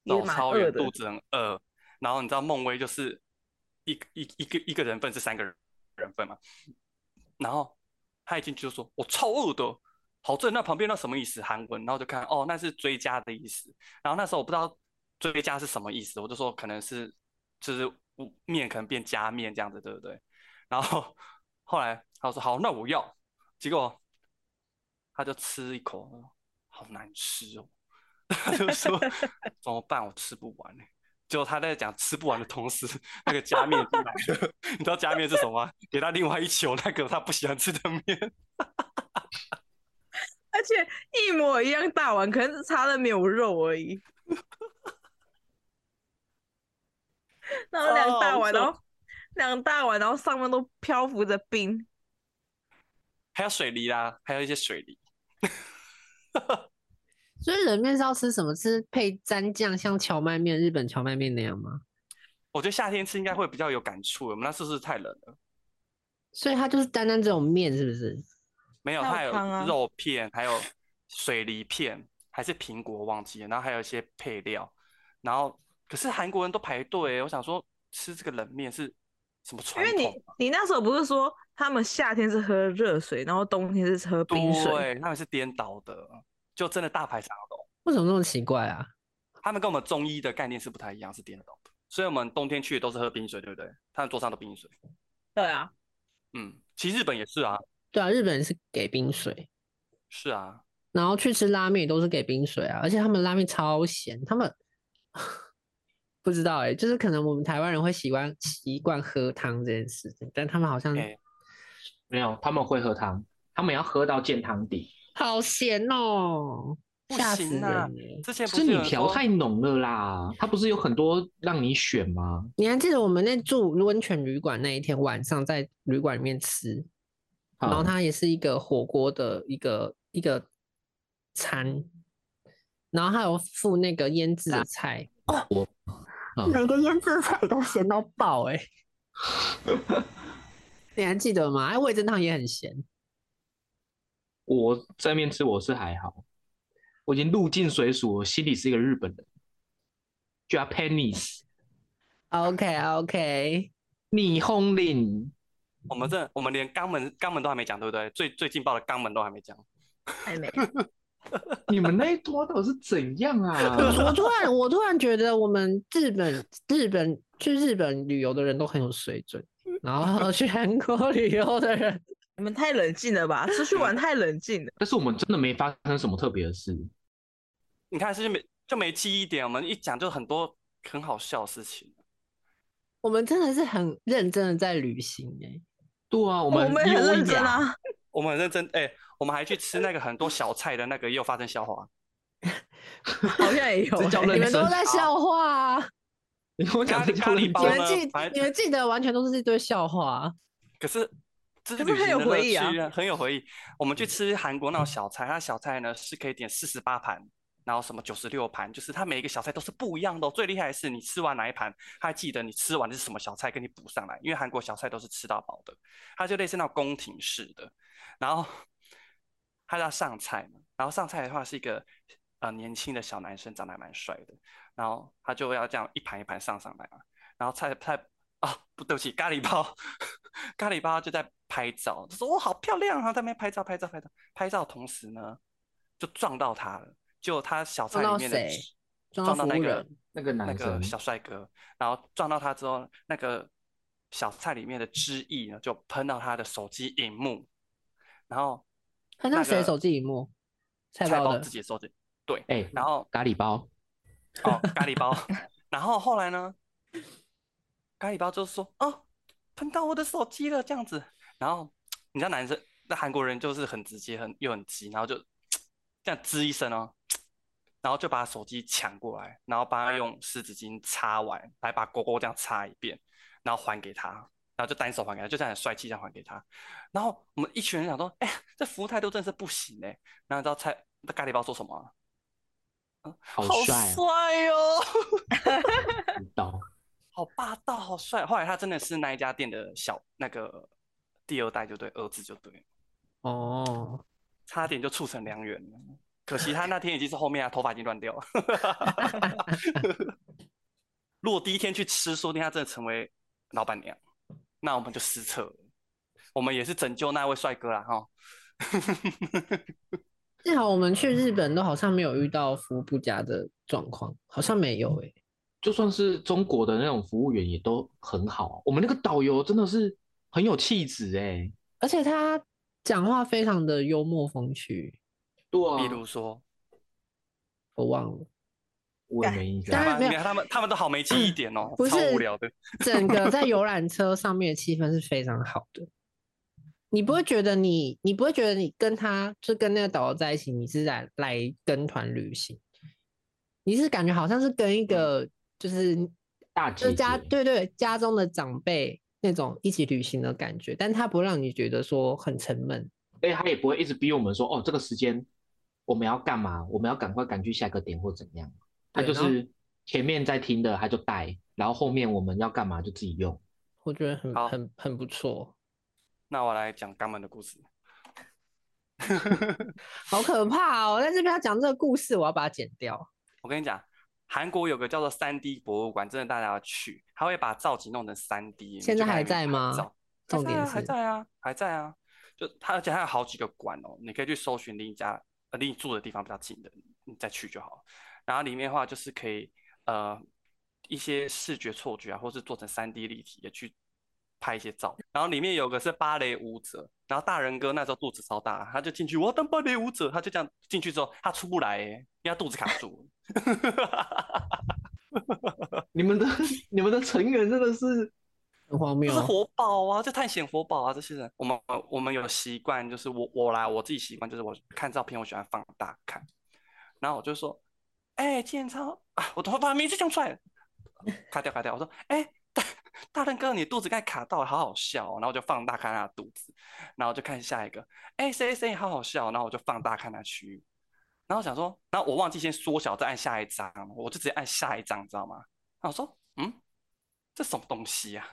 Speaker 1: 也
Speaker 2: 走
Speaker 1: 蛮
Speaker 2: 超
Speaker 1: 饿
Speaker 2: 远，
Speaker 1: 的，
Speaker 2: 肚子很饿。然后你知道孟威就是一个一一个一个人份是三个人人份嘛，然后他一进去就说：“我超饿的。”好正，那旁边那什么意思？韩文，然后就看哦，那是追加的意思。然后那时候我不知道追加是什么意思，我就说可能是就是面可能变加面这样子，对不对？然后后来他说好，那我要，结果他就吃一口，好难吃哦， 他就说怎么办，我吃不完呢、结果他在讲吃不完的同时，那个加面进来了， 你知道加面是什么吗？给他另外一球那个他不喜欢吃的面，
Speaker 1: 而且一模一样大碗，可能是差的没有肉而已。然后两大碗，
Speaker 2: 哦
Speaker 1: 然后两大碗，然后上面都漂浮着冰，
Speaker 2: 还有水梨啦，还有一些水梨。
Speaker 3: 所以冷面是要吃什么？吃配蘸酱，像荞麦面、日本荞麦面那样吗？
Speaker 2: 我觉得夏天吃应该会比较有感触。我们那是不是太冷了？
Speaker 3: 所以它就是单单这种面，是不是？
Speaker 2: 没有，
Speaker 1: 还有
Speaker 2: 它有
Speaker 1: 汤啊
Speaker 2: 肉片，还有水梨片，还是苹果忘记了，然后还有一些配料。然后可是韩国人都排队欸，我想说吃这个冷面是什么
Speaker 1: 因
Speaker 2: 传
Speaker 1: 为
Speaker 2: 统
Speaker 1: 你
Speaker 2: 啊？
Speaker 1: 你那时候不是说他们夏天是喝热水，然后冬天是喝冰水，
Speaker 2: 对，他们是颠倒的，就真的大排长龙。
Speaker 3: 为什么那么奇怪啊？
Speaker 2: 他们跟我们中医的概念是不太一样，是颠倒的。所以我们冬天去都是喝冰水，对不对？他们桌上都冰水。
Speaker 1: 对啊，
Speaker 2: 嗯，其实日本也是啊，
Speaker 3: 对啊，日本人是给冰水，
Speaker 2: 是啊，
Speaker 3: 然后去吃拉面也都是给冰水啊，而且他们拉面超咸，他们 不知道哎、就是可能我们台湾人会习惯习惯喝汤这件事情，但他们好像
Speaker 2: 哎
Speaker 4: 没有，他们会喝汤，他们要喝到健汤底。
Speaker 3: 好咸哦、
Speaker 2: 不
Speaker 3: 吓死
Speaker 2: 行
Speaker 3: 人欸
Speaker 2: 啊
Speaker 3: 了！
Speaker 2: 之前不
Speaker 4: 是
Speaker 2: 有
Speaker 4: 你
Speaker 2: 人
Speaker 4: 调
Speaker 2: 说
Speaker 4: 太浓了啦，它不是有很多让你选吗？
Speaker 3: 你还记得我们那住温泉旅馆那一天晚上在旅馆里面吃，然后
Speaker 4: 嗯
Speaker 3: 它也是一个火锅的一个一个餐，然后还有附那个腌制的菜，啊
Speaker 4: 嗯
Speaker 3: 每个腌制菜都咸到爆哎、 你还记得吗？哎，味噌汤也很咸，
Speaker 4: 我在面吃我是还好，我已经入境水属，我心里是一个日本人。Japanese，
Speaker 3: OK OK，
Speaker 4: 你轰令，
Speaker 2: 我们这我们连肛门肛门都还没讲，对不对？最最劲爆的肛门都还没讲。
Speaker 1: 还没。
Speaker 4: 你们那一桌到底是怎 样啊？
Speaker 3: 我突然我突然觉得我们日本日本去日本旅游的人都很有水准，然后去韩国旅游的人
Speaker 1: 你们太冷静了吧？出去
Speaker 2: 嗯
Speaker 1: 玩太冷静了。
Speaker 4: 但是我们真的没发生什么特别的事，
Speaker 2: 你看，是不是没就没记忆点，我们一讲就很多很好笑的事情。
Speaker 3: 我们真的是很认真的在旅行哎、
Speaker 4: 对啊，我
Speaker 1: 我
Speaker 4: 们
Speaker 1: 们
Speaker 4: 优
Speaker 1: 很认
Speaker 4: 雅
Speaker 1: 真啊，
Speaker 2: 我们很认真，哎、我们还去吃那个很多小菜的那个，也有发生笑话。
Speaker 1: 好像也有、
Speaker 4: 这叫
Speaker 1: 欸
Speaker 4: 认
Speaker 3: 你
Speaker 1: 你们
Speaker 3: 们都
Speaker 4: 真
Speaker 3: 在笑话、啊，
Speaker 4: 你跟我讲
Speaker 2: 咖
Speaker 4: 这
Speaker 2: 喱
Speaker 4: 叫
Speaker 2: 咖喱
Speaker 4: 认
Speaker 2: 包
Speaker 3: 你
Speaker 4: 真
Speaker 2: 呢
Speaker 3: 们记
Speaker 2: 反正
Speaker 3: 你们记得完全都是一堆笑话啊、
Speaker 2: 可是这
Speaker 1: 可是
Speaker 2: 旅
Speaker 1: 很
Speaker 2: 行
Speaker 1: 有
Speaker 2: 的
Speaker 1: 回
Speaker 2: 乐
Speaker 1: 忆啊
Speaker 2: 趣啊，很有回忆。我们去吃韩国那种小菜，它小菜呢是可以点四十八盘，然后什么九十六盘，就是它每一个小菜都是不一样的、哦。最厉害的是你吃完哪一盘，它还记得你吃完的是什么小菜，给你补上来。因为韩国小菜都是吃到饱的，它就类似那种宫廷式的。然后 他要上菜嘛，然后上菜的话是一个呃年轻的小男生，长得还蛮帅的，然后他就要这样一盘一盘上上来嘛，然后菜菜啊，不对不起，咖喱包，咖喱包就在拍照，就说哇好漂亮啊，然后在那边拍照拍照拍照拍照，同时呢就撞到他了，就他小菜里
Speaker 3: 撞到
Speaker 2: 面的
Speaker 3: 谁
Speaker 2: 吃
Speaker 3: 撞到
Speaker 2: 撞到
Speaker 3: 服
Speaker 2: 那
Speaker 3: 务
Speaker 2: 个
Speaker 3: 人
Speaker 4: 那个
Speaker 2: 那
Speaker 4: 男
Speaker 2: 个
Speaker 4: 生，
Speaker 2: 小帅哥，然后撞到他之后，那个小菜里面的汁液呢就喷到他的手机荧幕，然后
Speaker 3: 他那谁
Speaker 2: 个
Speaker 3: 手机荧幕？菜
Speaker 2: 菜
Speaker 3: 包
Speaker 2: 包
Speaker 3: 的
Speaker 2: 自己的手机，对，
Speaker 4: 哎，
Speaker 2: 然后
Speaker 4: 咖喱包，
Speaker 2: 哦咖喱 包，然后后来呢，咖喱包就说哦喷到我的手机了这样子，然后你知道男生那韩国人就是很直接很又很急，然后就这样吱一声哦。然后就把手机抢过来，然后帮他用湿纸巾擦完，来把勾勾这样擦一遍，然后还给他，然后就单手还给他，就这样很帅气这样还给他。然后我们一群人想说，哎、这服务态度真的是不行哎、然后你知道菜那咖喱包说什么吗？
Speaker 4: 好
Speaker 2: 好
Speaker 4: 帅啊，
Speaker 2: 帅哦，
Speaker 4: 知道
Speaker 2: 好霸道，好帅。后来他真的是那一家店的小那个第二代，就对儿子就对了。
Speaker 3: 哦，
Speaker 2: 差点就促成良缘了。可惜他那天已经是后面啊，头发已经乱掉了。 如果第一天去吃，说不定他真的成为老板娘，那我们就失策了。我们也是拯救那位帅哥啦，哈。
Speaker 3: 幸好我们去日本都好像没有遇到服务不佳的状况，好像没有欸诶、
Speaker 4: 就算是中国的那种服务员也都很好。啊我们那个导游真的是很有气质哎，
Speaker 3: 而且他讲话非常的幽默风趣，
Speaker 4: 对
Speaker 2: 比
Speaker 4: 啊，
Speaker 2: 如说，
Speaker 3: 我忘了。
Speaker 4: 我也没印象
Speaker 3: 当。然
Speaker 2: 啊
Speaker 3: 没
Speaker 2: 你
Speaker 3: 有
Speaker 2: 看他们，他们都好没记忆点哦，
Speaker 3: 不
Speaker 2: 超
Speaker 3: 是
Speaker 2: 无聊的。
Speaker 3: 整个 在游览车上面的气氛是非常好的，你不会觉得你，你不会觉得你跟他就跟那个导游在一起，你是来来跟团旅行，你是感觉好像是跟一个就是
Speaker 4: 嗯大姐
Speaker 3: 就
Speaker 4: 姐
Speaker 3: 家对对家中的长辈那种一起旅行的感觉，但他不会让你觉得说很沉闷，
Speaker 4: 哎、他也不会一直逼我们说，哦，这个时间我们要干嘛？我们要赶快赶去下个点或怎样？他
Speaker 3: 对
Speaker 4: 就
Speaker 3: 然后
Speaker 4: 是前面在听的他就带，然后后面我们要干嘛就自己用。
Speaker 3: 我觉得很
Speaker 2: 好
Speaker 3: 很很不错，
Speaker 2: 那我来讲肛门的故事。
Speaker 3: 好可怕哦！但是不要讲这个故事，我要把它剪掉。
Speaker 2: 我跟你讲，韩国有个叫做三 D 博物馆，真的大家要去，他会把造景弄成三 D。
Speaker 3: 现在还在吗重点
Speaker 2: 还
Speaker 3: 是
Speaker 2: 在啊，还在啊，就它，而且它有好几个馆哦，你可以去搜寻离你家、呃、离你住的地方比较近的，你再去就好了。然后里面的话就是可以呃一些视觉错觉啊，或是做成三 D 立体的去拍一些照。然后里面有个是芭蕾舞者，然后大人哥那时候肚子超大，他就进去我要当芭蕾舞者，他就这样进去之后他出不来欸，因为他肚子卡住了。
Speaker 4: 你们的 你们的成员真的 是
Speaker 3: 很荒
Speaker 2: 就
Speaker 3: 谬
Speaker 2: 是
Speaker 3: 哦，
Speaker 2: 活宝啊，就探险活宝啊，这些人，我们我们有习惯，就是我我啦，我自己习惯就是我看照片，我喜欢放大看，然后我就说，哎、建超啊，我头发名字讲出来了，卡掉卡掉，我说，哎、大大人哥，你肚子该卡到了，好好笑、哦，然后我就放大看他的肚子，然后就看下一个，哎、谁谁谁好好笑，然后我就放大看他区域，然后想说，然后我忘记先缩小，再按下一张，我就直接按下一张，你知道吗？然后我说，嗯，这什么东西啊呀、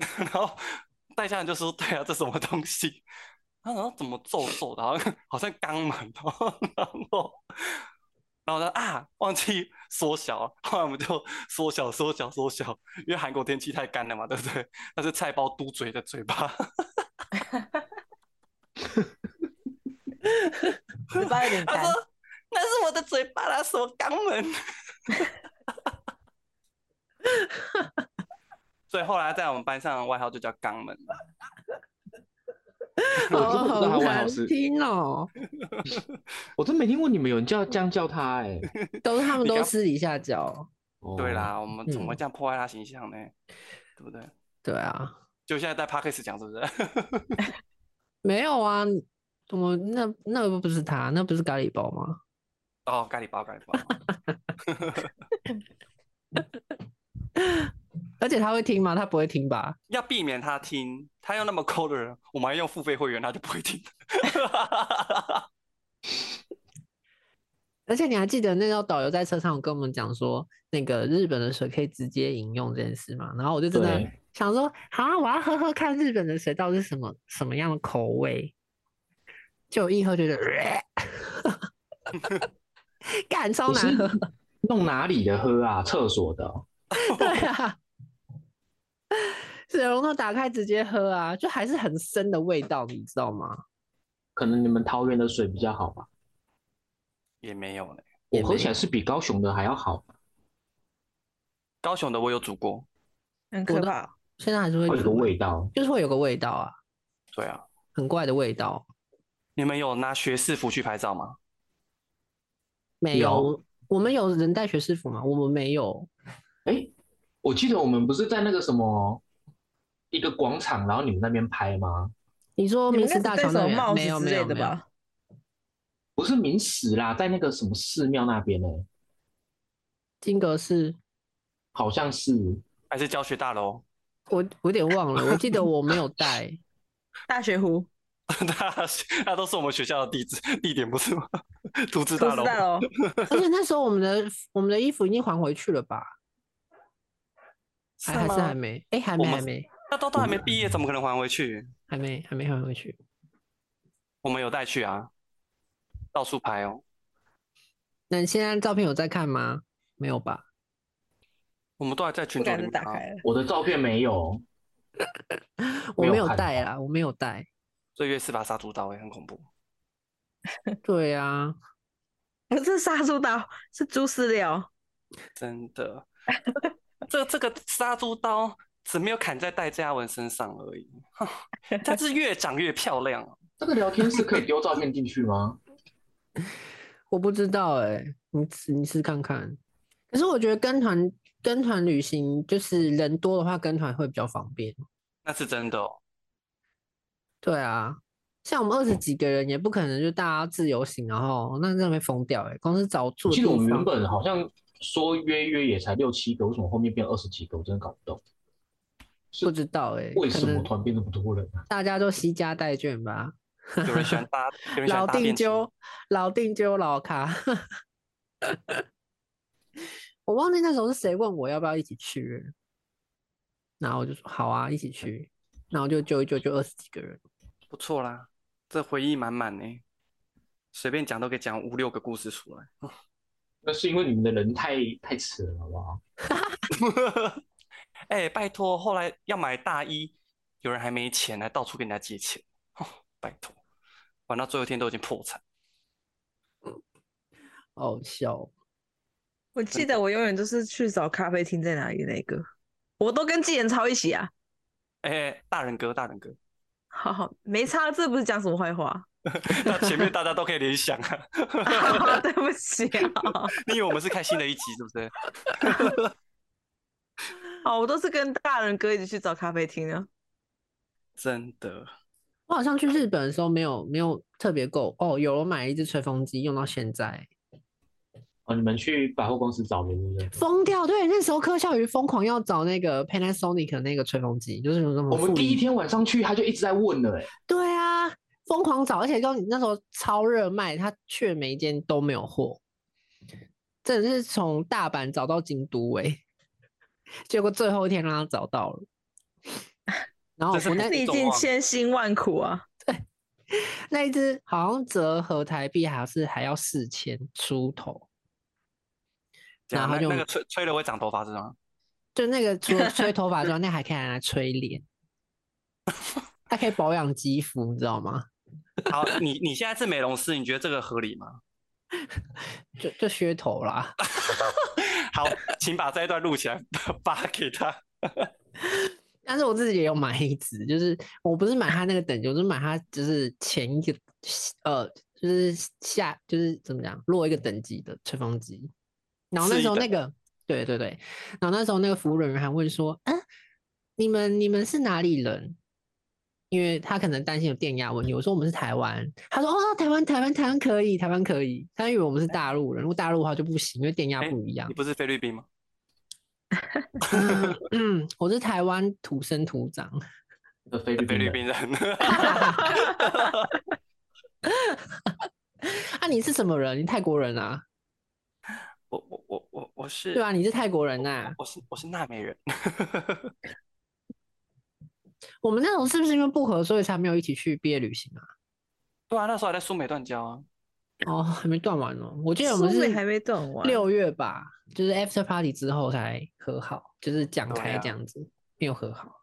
Speaker 2: 然后代驾人就说：“对啊，这什么东西？”他然后怎么皱皱的，好像好像肛门哦，然后然后呢啊，忘记缩小了，后来我们就缩小缩小缩小，因为韩国天气太干了嘛，对不对？那是菜包嘟嘴的嘴巴，
Speaker 1: 嘴巴有 点
Speaker 2: 他
Speaker 1: 干，
Speaker 2: 说：“那是我的嘴巴啦，什么肛门？” 所以后来在我们班上的外号就叫肛门。
Speaker 4: 我真的不 知道他
Speaker 3: 哦好
Speaker 4: 外
Speaker 3: 难
Speaker 4: 号是，
Speaker 3: 听哦。
Speaker 4: 我真没听过你们有人叫这样叫他哎、
Speaker 3: 都是他们
Speaker 2: 你
Speaker 3: 都
Speaker 2: 刚
Speaker 3: 私底下教，
Speaker 4: 哦
Speaker 2: 对，啦，我们怎么
Speaker 3: 嗯
Speaker 2: 会这样破坏他形象呢？对不对？
Speaker 3: 对啊，
Speaker 2: 就现在在 p a d k a s 讲是不是？
Speaker 3: 没有啊，我们那那个不是他，那不是咖喱包吗？
Speaker 2: 哦，咖喱包，咖喱包，
Speaker 3: 而且他会听吗？他不会听吧？
Speaker 2: 要避免他听，他又那么抠的人，我们还用付费会员，他就不会听。
Speaker 3: 而且你还记得那时候导游在车上有跟我们讲说，那个日本的水可以直接饮用这件事嘛？然后我就真的
Speaker 4: 对
Speaker 3: 想说，好、啊，我要喝喝看日本的水到底是什么什么样的口味，就一喝觉得， 干超
Speaker 4: 不是
Speaker 3: 难喝，
Speaker 4: 弄哪里的喝啊？厕所的哦、
Speaker 3: 对啊，水龙头打开直接喝啊，就还是很深的味道，你知道吗？
Speaker 4: 可能你们桃园的水比较好吧？
Speaker 2: 也没有呢，
Speaker 3: 也没
Speaker 4: 我喝起来是比高雄的还要好。
Speaker 2: 高雄的我有煮过，
Speaker 1: 很可怕。
Speaker 3: 现在还是会
Speaker 4: 会有
Speaker 3: 觉
Speaker 4: 个
Speaker 3: 得
Speaker 4: 味道，
Speaker 3: 就是会有个味道啊，
Speaker 2: 对啊。
Speaker 3: 很怪的味道。
Speaker 2: 你们有拿学士服去拍照吗？
Speaker 3: 没有，
Speaker 4: 有
Speaker 3: 我们有人带学士服吗？我们没有。
Speaker 4: 哎，我记得我们不是在那个什么一个广场，然后你们那边拍吗？
Speaker 3: 你说
Speaker 1: 你们应该
Speaker 3: 明斯
Speaker 1: 是
Speaker 3: 大
Speaker 1: 戴
Speaker 3: 桥
Speaker 1: 什
Speaker 3: 那
Speaker 1: 么
Speaker 3: 边啊
Speaker 1: 帽
Speaker 3: 没有
Speaker 1: 子之
Speaker 3: 没
Speaker 1: 类
Speaker 3: 有
Speaker 1: 的
Speaker 3: 没有，
Speaker 1: 吧？
Speaker 4: 不是明石啦，在那个什么寺庙那边呢、哎
Speaker 3: 金阁寺
Speaker 4: 好像是。
Speaker 2: 还是教学大楼？
Speaker 3: 我我有点忘了，我记得我没 有带。
Speaker 1: 大学湖，
Speaker 2: 那那都是我们学校的地址地点不是吗？图资
Speaker 1: 都
Speaker 2: 大
Speaker 1: 知
Speaker 2: 楼。
Speaker 1: 道喽。
Speaker 3: 而且那时候我们的我们的衣服已经还回去了吧？还还是
Speaker 2: 吗
Speaker 3: 还没？哎，还
Speaker 2: 我
Speaker 3: 没
Speaker 2: 们
Speaker 3: 还没
Speaker 2: 那都都还没毕业，怎么可能还回去？
Speaker 3: 还没还没还没还回去。
Speaker 2: 我们有带去啊，到处拍哦。
Speaker 3: 那你现在照片有在看吗？没有吧？
Speaker 2: 我们都还在群
Speaker 1: 不
Speaker 2: 组
Speaker 1: 敢再
Speaker 2: 里面
Speaker 1: 打
Speaker 2: 啊
Speaker 1: 开了。
Speaker 4: 我的照片没有，
Speaker 3: 我
Speaker 4: 没有
Speaker 3: 没有
Speaker 4: 看
Speaker 3: 带啦，我没有带。
Speaker 2: 所以月四把杀猪刀也很恐怖。
Speaker 3: 对啊，
Speaker 1: 不是杀猪刀，是猪饲料。
Speaker 2: 真的，这这个杀猪刀只没有砍在戴嘉文身上而已，她是越长越漂亮啊。
Speaker 4: 这个聊天室可以丢照片进去吗？
Speaker 3: 我不知道哎、你试你试看看。可是我觉得跟团跟团旅行就是人多的话，跟团会比较方便。
Speaker 2: 那是真的哦。
Speaker 3: 对啊，像我们二十几个人，也不可能就大家自由行，然后那真的会疯掉哎、光是找住
Speaker 4: 我
Speaker 3: 的
Speaker 4: 记
Speaker 3: 地
Speaker 4: 得我们原
Speaker 3: 方，
Speaker 4: 本好像说约约也才六七个，为什么后面变二十几个？我真的搞不懂，
Speaker 3: 不知道哎、
Speaker 4: 为
Speaker 3: 可
Speaker 4: 什么
Speaker 3: 能
Speaker 4: 突然变那么多人啊？
Speaker 3: 大家都惜家带眷吧。
Speaker 2: 有人喜欢搭，有人喜欢
Speaker 3: 老
Speaker 2: 搭便
Speaker 3: 定
Speaker 2: 车
Speaker 3: 揪，老定揪，老卡。我忘记那时候是谁问我要不要一起去了，然后我就说好啊，一起去。然后就揪一揪，就二十几个人。
Speaker 2: 不错啦，这回忆满满呢。随便讲都可以讲五六个故事出来。
Speaker 4: 那是因为你们的人太太迟了，好不好？
Speaker 2: 哎、拜托，后来要买大衣，有人还没钱，还到处跟人家借钱，哦、拜托，玩到最后一天都已经破产。
Speaker 3: 好笑，哦
Speaker 1: 我记得我永远都是去找咖啡厅在哪里那个，我都跟纪言超一起啊。
Speaker 2: 哎、大人哥，大人哥，
Speaker 1: 好好，没差，这不是讲什么坏话。
Speaker 2: 那前面大家都可以联想啊。
Speaker 1: 对不起啊，
Speaker 2: 你以为我们是开新的一集是不是？
Speaker 1: 哦，我都是跟大人哥一起去找咖啡厅啊。
Speaker 2: 真的，
Speaker 3: 我好像去日本的时候没有没有特别够哦，有我买了一只吹风机，用到现在，
Speaker 4: 哦，你们去百货公司找的，对不对？
Speaker 3: 疯掉。对，那时候柯孝宇疯狂要找那个 Panasonic 的那个吹风机，就是什么
Speaker 4: 我们
Speaker 3: 负
Speaker 4: 第一
Speaker 3: 离
Speaker 4: 天晚上去，他就一直在问了、欸，
Speaker 3: 对啊，疯狂找，而且就你那时候超热卖，他却每一间都没有货，真的是从大阪找到京都哎、结果最后一天让他找到了。然后
Speaker 2: 这是
Speaker 3: 我那
Speaker 2: 你
Speaker 1: 历
Speaker 2: 懂
Speaker 1: 尽
Speaker 2: 啊
Speaker 1: 千辛万苦啊，
Speaker 3: 那一只好像折合台币还是还要四千出头，
Speaker 2: 这样
Speaker 3: 然后
Speaker 2: 那
Speaker 3: 就
Speaker 2: 那个吹吹了会长头发是吗？
Speaker 3: 就那个除了吹头发之外，那还可以拿来 吹脸，它可以保养肌肤，你知道吗？
Speaker 2: 好，你你现在是美容师，你觉得这个合理吗？
Speaker 3: 就就噱头啦。
Speaker 2: 好，请把这一段录起来，发给他。
Speaker 3: 但是我自己也有买一只，就是我不是买它那个等级，我是买它就是前一个呃，就是下就是怎么讲落一个等级的吹风机。然后那
Speaker 2: 次一
Speaker 3: 时候
Speaker 2: 等
Speaker 3: 那个对对对，然后那时候那个服务人员还问说：“嗯、你们你们是哪里人？”因为他可能担心有电压问题，我说我们是台湾，他说哦台湾台湾台湾可以台湾可以，他以为我们是大陆人，如果大陆的话就不行，因为电压
Speaker 2: 哎
Speaker 3: 不一样
Speaker 2: 你。不是菲律宾吗？
Speaker 3: 嗯，我是台湾土生土长，
Speaker 4: 呃，菲律
Speaker 2: 菲
Speaker 4: 宾
Speaker 2: 律
Speaker 4: 人，
Speaker 2: 宾人。
Speaker 3: 啊你是什么人？你泰国人啊？
Speaker 2: 我我我我我是
Speaker 3: 对啊，你是泰国人呐、
Speaker 1: 哦
Speaker 2: 我是我是纳美人，
Speaker 3: 我们那种是不是因为不合，所以才没有一起去毕业旅行啊？
Speaker 2: 对啊，那时候还在苏美断交啊，
Speaker 3: 哦，还没断完哦。我记得我们
Speaker 1: 苏
Speaker 3: 是
Speaker 1: 美还没断完。
Speaker 3: 六月吧，就是 after party 之后才和好，就是讲
Speaker 2: 对
Speaker 3: 开
Speaker 2: 啊
Speaker 3: 这样子，没有和好。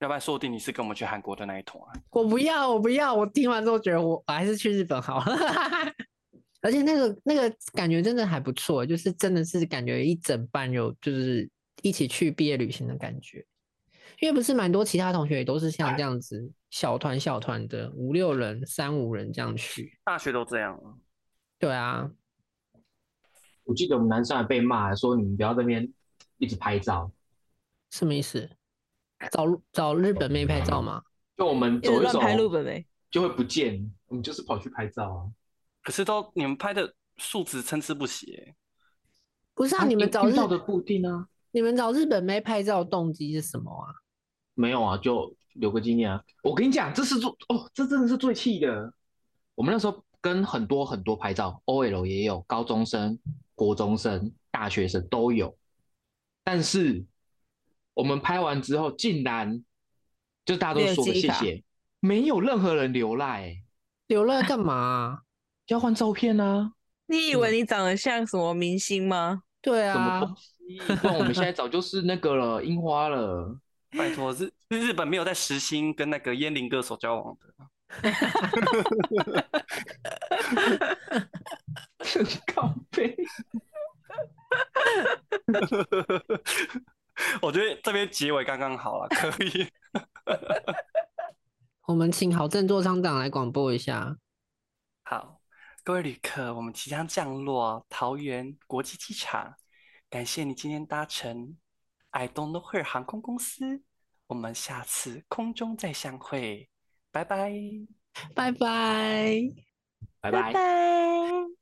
Speaker 2: 要不然说不定你是跟我们去韩国的那一桶啊。
Speaker 3: 我不要，我不要！我听完之后觉得我我还是去日本好了。 而且那个那个感觉真的还不错，就是真的是感觉一整班有就是一起去毕业旅行的感觉。因为不是蛮多其他同学也都是像这样子小团小团的五六人、三五人这样去。
Speaker 2: 大学都这样啊，
Speaker 3: 对啊，
Speaker 4: 我记得我们男生还被骂说你们不要在那边一直拍照，
Speaker 3: 什么意思？找找日本妹拍照吗？
Speaker 4: 就我们
Speaker 1: 一直
Speaker 4: 走一
Speaker 1: 乱
Speaker 4: 走
Speaker 1: 拍路本
Speaker 3: 欸
Speaker 1: 没？
Speaker 4: 就会不见，我们就是跑去拍照啊。
Speaker 2: 可是都你们拍的素质参差不齐耶，
Speaker 3: 不是啊，
Speaker 4: 啊
Speaker 3: 你们
Speaker 4: 遇
Speaker 3: 找
Speaker 4: 遇
Speaker 3: 日
Speaker 4: 到的不一定啊，
Speaker 3: 你们找日本妹拍照动机是什么啊？
Speaker 4: 没有啊，就留个纪念啊。我跟你讲，这是最哦，这真的是最气的。我们那时候跟很多很多拍照，OL 也有，高中生、国中生、大学生都有。但是我们拍完之后，竟然就大家都
Speaker 1: 没有
Speaker 4: 说个
Speaker 1: 记忆
Speaker 4: 谢
Speaker 1: 卡
Speaker 4: 谢，没有任何人留赖、欸，
Speaker 3: 留了干 嘛、
Speaker 4: 要换照片啊！
Speaker 1: 你以为你长得像什么明星吗？
Speaker 3: 对
Speaker 4: 什么
Speaker 3: 啊，
Speaker 4: 东西？不然我们现在早就是那个了，樱 花了。
Speaker 2: 拜托，日日本没有在实心跟那个烟林歌手交往的。
Speaker 4: 靠背，
Speaker 2: 我觉得这边结尾刚刚好了，可以。
Speaker 3: 我们请好振座商长来广播一下。
Speaker 2: 好，各位旅客，我们即将降落桃园国际机场，感谢你今天搭乘 I don't know her 航空公司，我们下次空中再相会，拜拜。
Speaker 3: 拜拜。
Speaker 4: 拜拜。
Speaker 1: 拜